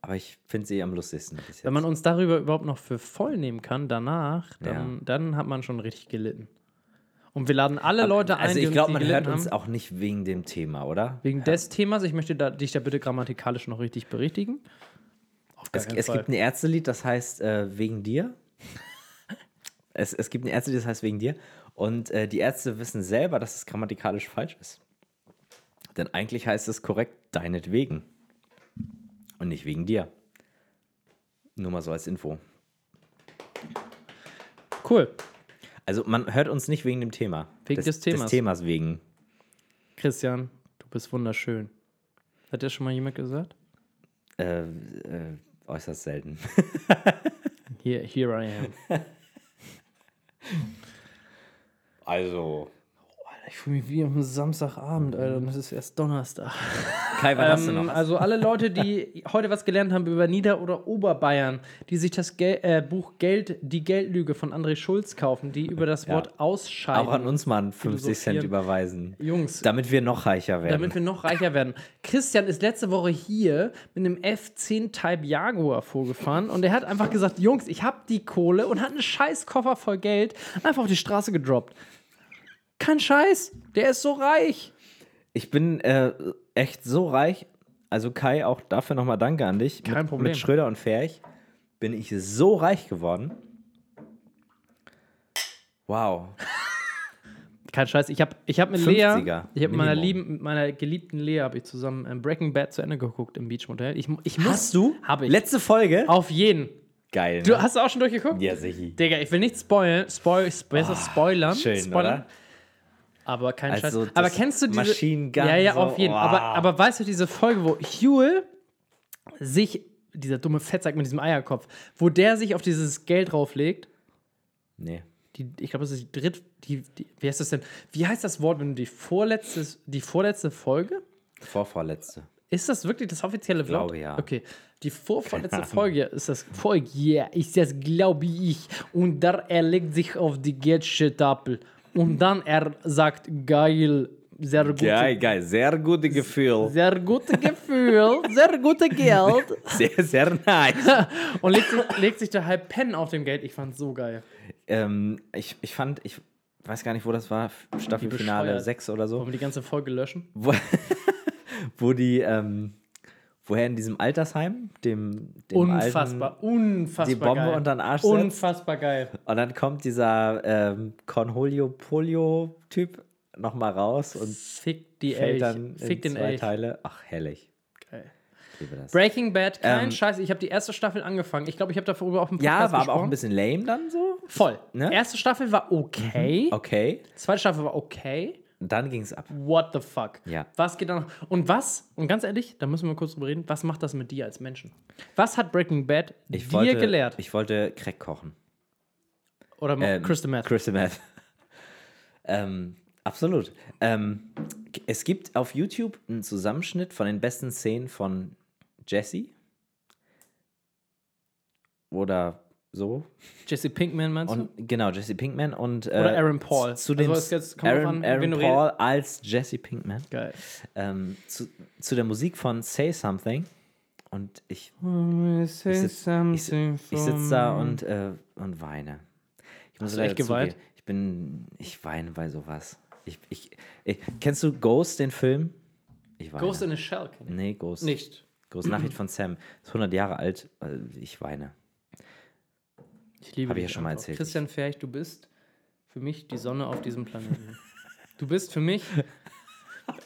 S1: aber ich finde sie am lustigsten. bis
S2: Wenn
S1: jetzt.
S2: man uns darüber überhaupt noch für voll nehmen kann, danach, dann,
S1: Ja.
S2: dann hat man schon richtig gelitten. Und wir laden alle Leute ein,
S1: also
S2: die
S1: ich
S2: uns-
S1: glaube,
S2: die
S1: man
S2: gelitten
S1: hört uns
S2: haben.
S1: auch nicht wegen dem Thema, oder?
S2: Wegen des Themas, ich möchte da, dich da bitte grammatikalisch noch richtig berichtigen. Auf gar
S1: Es,
S2: keinen
S1: es
S2: Fall.
S1: gibt ein Ärztelied, das heißt äh, wegen dir. es, es gibt ein Ärztelied, das heißt wegen dir. Und äh, die Ärzte wissen selber, dass es grammatikalisch falsch ist. Denn eigentlich heißt es korrekt deinetwegen. Und nicht wegen dir. Nur mal so als Info. ne-
S2: cool.
S1: Also man hört uns nicht wegen dem Thema.
S2: Wegen des Themas.
S1: Des Themas wegen.
S2: Christian, du bist wunderschön. Hat dir schon mal jemand gesagt?
S1: Äh, äh, äußerst selten.
S2: Here, here I am.
S1: Also.
S2: Ich fühle mich wie am Samstagabend, Alter. Und es ist erst Donnerstag.
S1: Kai, was hast du
S2: Ähm,
S1: noch?
S2: Mhm. also alle Leute, die heute was gelernt haben über Nieder- oder Oberbayern, die sich das Gel äh, Buch Geld, die Geldlüge von André Schulz kaufen, die über das
S1: Ja.
S2: Wort
S1: Auch an
S2: ausscheiden.
S1: uns mal einen 50 Cent
S2: Philosophieren.
S1: überweisen.
S2: Jungs,
S1: Damit wir noch reicher werden.
S2: damit wir noch reicher werden. Christian ist letzte Woche hier mit einem F10 Type Jaguar vorgefahren und er hat einfach gesagt, Jungs, ich hab die Kohle und hat einen Scheißkoffer voll Geld einfach auf die Straße gedroppt. Kein Scheiß, der ist so reich.
S1: ich bin äh, echt so reich. Also Kai, auch dafür nochmal Danke an dich.
S2: Kein
S1: mit,
S2: Problem.
S1: Mit Schröder und Ferch bin ich so reich geworden. Wow.
S2: Kein Scheiß, ich habe ich hab mit
S1: 50er,
S2: Lea, ich hab mit meiner,
S1: Minimum.
S2: lieben, mit meiner geliebten Lea habe ich zusammen ähm, Breaking Bad zu Ende geguckt im Beachmotel. Ich, mu- ich muss,
S1: Hast du?
S2: Hab ich.
S1: Letzte Folge?
S2: Auf jeden.
S1: Geil.
S2: Du
S1: ne?
S2: hast du auch schon durchgeguckt?
S1: ja, sicher.
S2: Digga, ich will nicht spoil, spoil, besser spoilern,
S1: Ah, Schön,
S2: spoilern,
S1: oder?
S2: aber kein
S1: Also
S2: Scheiß.
S1: das
S2: Aber kennst du diese
S1: Machine Gun,
S2: Ja, ja,
S1: so,
S2: auf jeden.
S1: wow.
S2: Aber aber weißt du diese Folge, wo Huel sich dieser dumme Fettsack mit diesem Eierkopf, wo der sich auf dieses Geld drauflegt.
S1: Nee.
S2: Die, ich glaube, das ist die dritt, die, die, wie heißt das denn? Wie heißt das Wort, wenn du die vorletzte, die vorletzte Folge?
S1: Vorvorletzte.
S2: Ist das wirklich das offizielle Wort?
S1: glaube, ja.
S2: Okay. Die vorvorletzte Folge ist das Folge, yeah, ist das glaube ich. Und da er legt sich auf die Geldstapel. Und dann er sagt, geil, sehr gut.
S1: Geil, geil. Sehr gute Gefühl.
S2: Sehr gutes Gefühl, sehr gutes Geld.
S1: Sehr, sehr nice.
S2: Und legt sich, legt sich da halb Pen auf dem Geld. Ich fand's so geil.
S1: ähm, ich, ich fand, ich weiß gar nicht, wo das war. Staffelfinale
S2: bescheuert.
S1: 6 oder so.
S2: Wollen wir die ganze Folge löschen?
S1: Wo, wo die, ähm, woher in diesem Altersheim, dem, dem
S2: Unfassbar, unfassbar
S1: die Bombe
S2: geil.
S1: unter den Arsch setzt.
S2: Unfassbar geil.
S1: Und dann kommt dieser ähm, Cornholio-Polio-Typ nochmal raus und
S2: Fick die Elch.
S1: fällt dann
S2: Fick
S1: in
S2: den
S1: zwei
S2: Elch.
S1: Teile. Ach, herrlich.
S2: Geil.
S1: Ich liebe das.
S2: Breaking Bad, kein
S1: Ähm,
S2: Scheiß. Ich habe die erste Staffel angefangen. Ich glaube, ich habe darüber auch ein
S1: ja, war aber auch ein bisschen lame dann so.
S2: Voll.
S1: ne? Mhm.
S2: Erste Staffel war okay.
S1: Okay.
S2: Zweite Staffel war okay.
S1: Und dann ging's ab.
S2: What the fuck?
S1: Ja.
S2: Was geht da noch? Und was, und ganz ehrlich, da müssen wir kurz drüber reden, was macht das mit dir als Menschen? Was hat Breaking Bad
S1: Ich
S2: dir
S1: wollte,
S2: gelehrt?
S1: Ich wollte Crack kochen.
S2: Oder
S1: Ähm,
S2: Crystal Meth?
S1: Crystal Meth. ähm, absolut. Ähm, es gibt auf YouTube einen Zusammenschnitt von den besten Szenen von Jesse. Oder so.
S2: Jesse Pinkman meinst du?
S1: Und, genau, Jesse Pinkman und äh,
S2: Oder Aaron Paul.
S1: Zu, zu dem
S2: Also es jetzt- kommt drauf
S1: Aaron,
S2: an, wen
S1: Aaron
S2: du
S1: Paul als Jesse Pinkman.
S2: Geil.
S1: Ähm, zu, zu der Musik von Say Something. Und ich ich sitz-
S2: ähm,
S1: ich, ich sitze da und, äh, und weine. Ich muss
S2: Hast du
S1: leider
S2: echt geweint?
S1: zugeben, Ich bin, ich weine bei sowas. Ich, ich, ich, kennst du Ghost, den Film? Ich weine.
S2: Ghost in a Shell. kenn ich.
S1: nee, Ghost.
S2: Nicht.
S1: Ghost Nachricht von Sam. Ist 100 Jahre alt. Also Ich weine.
S2: Ich liebe
S1: Hab ich
S2: dich
S1: ja schon mal
S2: einfach.
S1: erzählt.
S2: Christian Ferch, du bist für mich die Sonne auf diesem Planeten. Du bist für mich,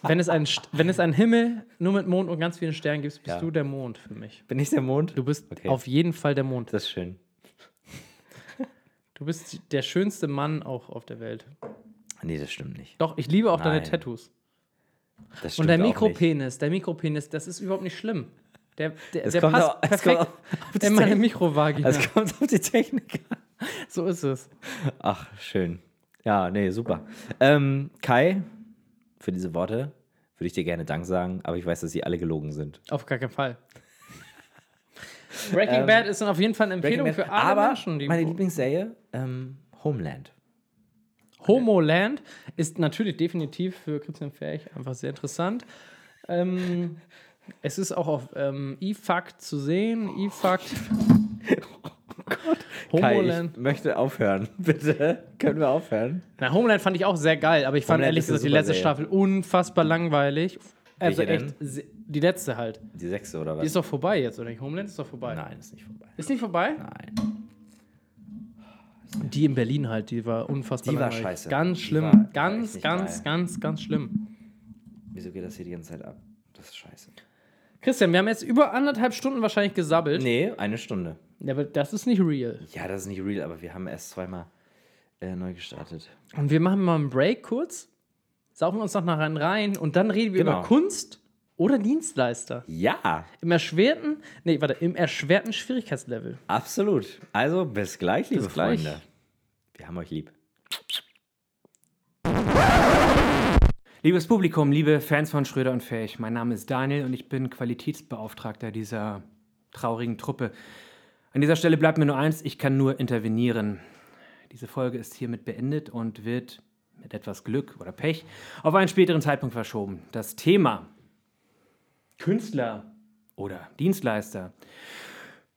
S2: wenn es einen, St- wenn es einen Himmel nur mit Mond und ganz vielen Sternen gibt, bist
S1: Ja.
S2: du der Mond für mich.
S1: Bin ich der Mond?
S2: Du bist
S1: Okay.
S2: auf jeden Fall der Mond.
S1: das ist schön.
S2: Du bist der schönste Mann auch auf der Welt.
S1: Nee, das stimmt nicht.
S2: Doch, ich liebe auch deine
S1: Nein,
S2: Tattoos.
S1: Das
S2: Und
S1: stimmt
S2: der
S1: auch nicht.
S2: Mikropenis, der Mikropenis, das ist überhaupt nicht schlimm. Der, der,
S1: Es
S2: der
S1: kommt
S2: passt
S1: auch- es
S2: perfekt
S1: kommt auch-
S2: in meine Mikrovagina.
S1: Es kommt auf die Technik an.
S2: So ist es.
S1: Ach, schön. Ja, nee, super. Ähm, Kai, für diese Worte würde ich dir gerne Dank sagen, aber ich weiß, dass sie alle gelogen sind.
S2: Auf gar keinen Fall. Breaking Bad ist dann auf jeden Fall eine
S1: Ähm, Breaking
S2: Empfehlung
S1: Bad.
S2: für alle
S1: aber
S2: Menschen. Die
S1: meine Lieblingsserie, ähm, Homeland.
S2: Homoland ist natürlich definitiv für Christian Fähig einfach sehr interessant. Ähm, es ist auch auf ähm, E-Fact zu sehen. E-Fact.
S1: Kai,
S2: Homoland.
S1: ich möchte aufhören. Bitte, können wir aufhören?
S2: Na, Homeland fand ich auch sehr geil, aber ich fand
S1: Homeland
S2: ehrlich
S1: ist eine
S2: gesagt die
S1: super
S2: letzte
S1: Serie.
S2: Staffel unfassbar langweilig. Also
S1: Welche denn?
S2: echt, se- die letzte halt.
S1: Die sechste oder
S2: Die
S1: was?
S2: ist doch vorbei jetzt, oder nicht? Homeland ist doch vorbei.
S1: Nein, ist nicht vorbei.
S2: Ist nicht vorbei?
S1: Nein.
S2: Die in Berlin halt, die war unfassbar
S1: Die war
S2: langweilig.
S1: scheiße.
S2: Ganz
S1: Die
S2: schlimm.
S1: war- die war echt
S2: ganz,
S1: nicht
S2: ganz,
S1: geil.
S2: ganz, ganz schlimm.
S1: Wieso geht das hier die ganze Zeit ab? Das ist scheiße.
S2: Christian, wir haben jetzt über anderthalb Stunden wahrscheinlich gesabbelt.
S1: Nee, eine Stunde.
S2: Ja, aber das ist nicht real.
S1: Ja, das ist nicht real, aber wir haben erst zweimal äh, neu gestartet.
S2: Und wir machen mal einen Break kurz, saufen uns noch nachher einen rein und dann reden wir
S1: Genau.
S2: über Kunst oder Dienstleister.
S1: Ja,
S2: Im erschwerten, nee, warte, im erschwerten Schwierigkeitslevel.
S1: absolut. Also bis gleich, liebe
S2: gleich.
S1: Freunde. Wir haben euch lieb.
S3: Liebes Publikum, liebe Fans von Schröder und Fähig, mein Name ist Daniel und ich bin Qualitätsbeauftragter dieser traurigen Truppe. An dieser Stelle bleibt mir nur eins, ich kann nur intervenieren. Diese Folge ist hiermit beendet und wird mit etwas Glück oder Pech auf einen späteren Zeitpunkt verschoben. Das Thema Künstler oder Dienstleister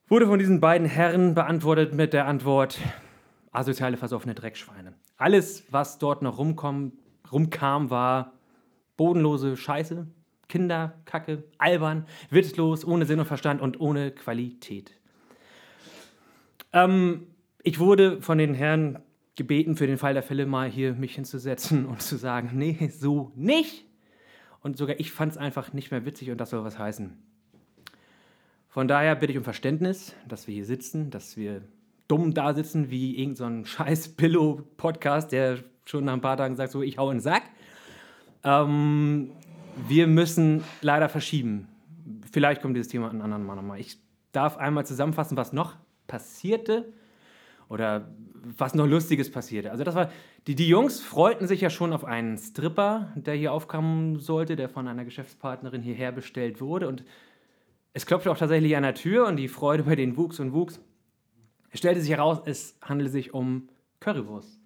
S3: wurde von diesen beiden Herren beantwortet mit der Antwort asoziale, versoffene Dreckschweine. Alles, was dort noch rumkom, rumkam, war bodenlose Scheiße, Kinderkacke, albern, witzlos, ohne Sinn und Verstand und ohne Qualität. Ähm, ich wurde von den Herren gebeten, für den Fall der Fälle mal hier mich hinzusetzen und zu sagen, nee, so nicht. Und sogar ich fand es einfach nicht mehr witzig und das soll was heißen. Von daher bitte ich um Verständnis, dass wir hier sitzen, dass wir dumm da sitzen wie irgendein so ein scheiß Pillow-Podcast, der schon nach ein paar Tagen sagt, so ich hau in den Sack. Ähm, wir müssen leider verschieben. Vielleicht kommt dieses Thema ein anderen Mal nochmal. Ich darf einmal zusammenfassen, was noch passierte oder was noch Lustiges passierte. Also das war, die, die Jungs freuten sich ja schon auf einen Stripper, der hier aufkommen sollte, der von einer Geschäftspartnerin hierher bestellt wurde. Und es klopfte auch tatsächlich an der Tür und die Freude bei denen wuchs und wuchs. Es stellte sich heraus, es handelte sich um Currywurst.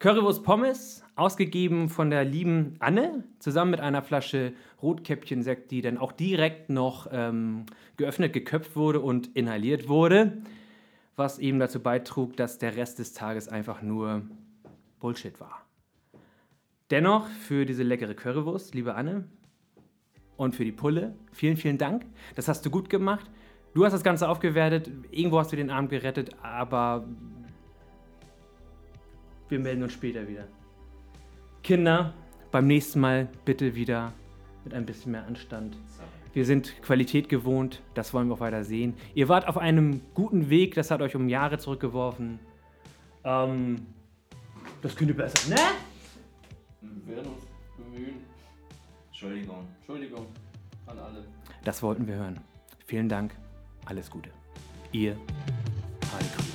S3: Currywurst Pommes, ausgegeben von der lieben Anne, zusammen mit einer Flasche Rotkäppchensekt, die dann auch direkt noch ähm, geöffnet, geköpft wurde und inhaliert wurde, was eben dazu beitrug, dass der Rest des Tages einfach nur Bullshit war. Dennoch für diese leckere Currywurst, liebe Anne, und für die Pulle, vielen, vielen Dank. Das hast du gut gemacht. Du hast das Ganze aufgewertet, irgendwo hast du den Abend gerettet, aber wir melden uns später wieder. Kinder, beim nächsten Mal bitte wieder mit ein bisschen mehr Anstand. Wir sind Qualität gewohnt, das wollen wir auch weiter sehen. Ihr wart auf einem guten Weg, das hat euch um Jahre zurückgeworfen. Ähm, das könnte besser, ne?
S4: Wir werden uns bemühen.
S1: Entschuldigung.
S4: Entschuldigung an alle.
S3: Das wollten wir hören. Vielen Dank, alles Gute. Ihr Heiko.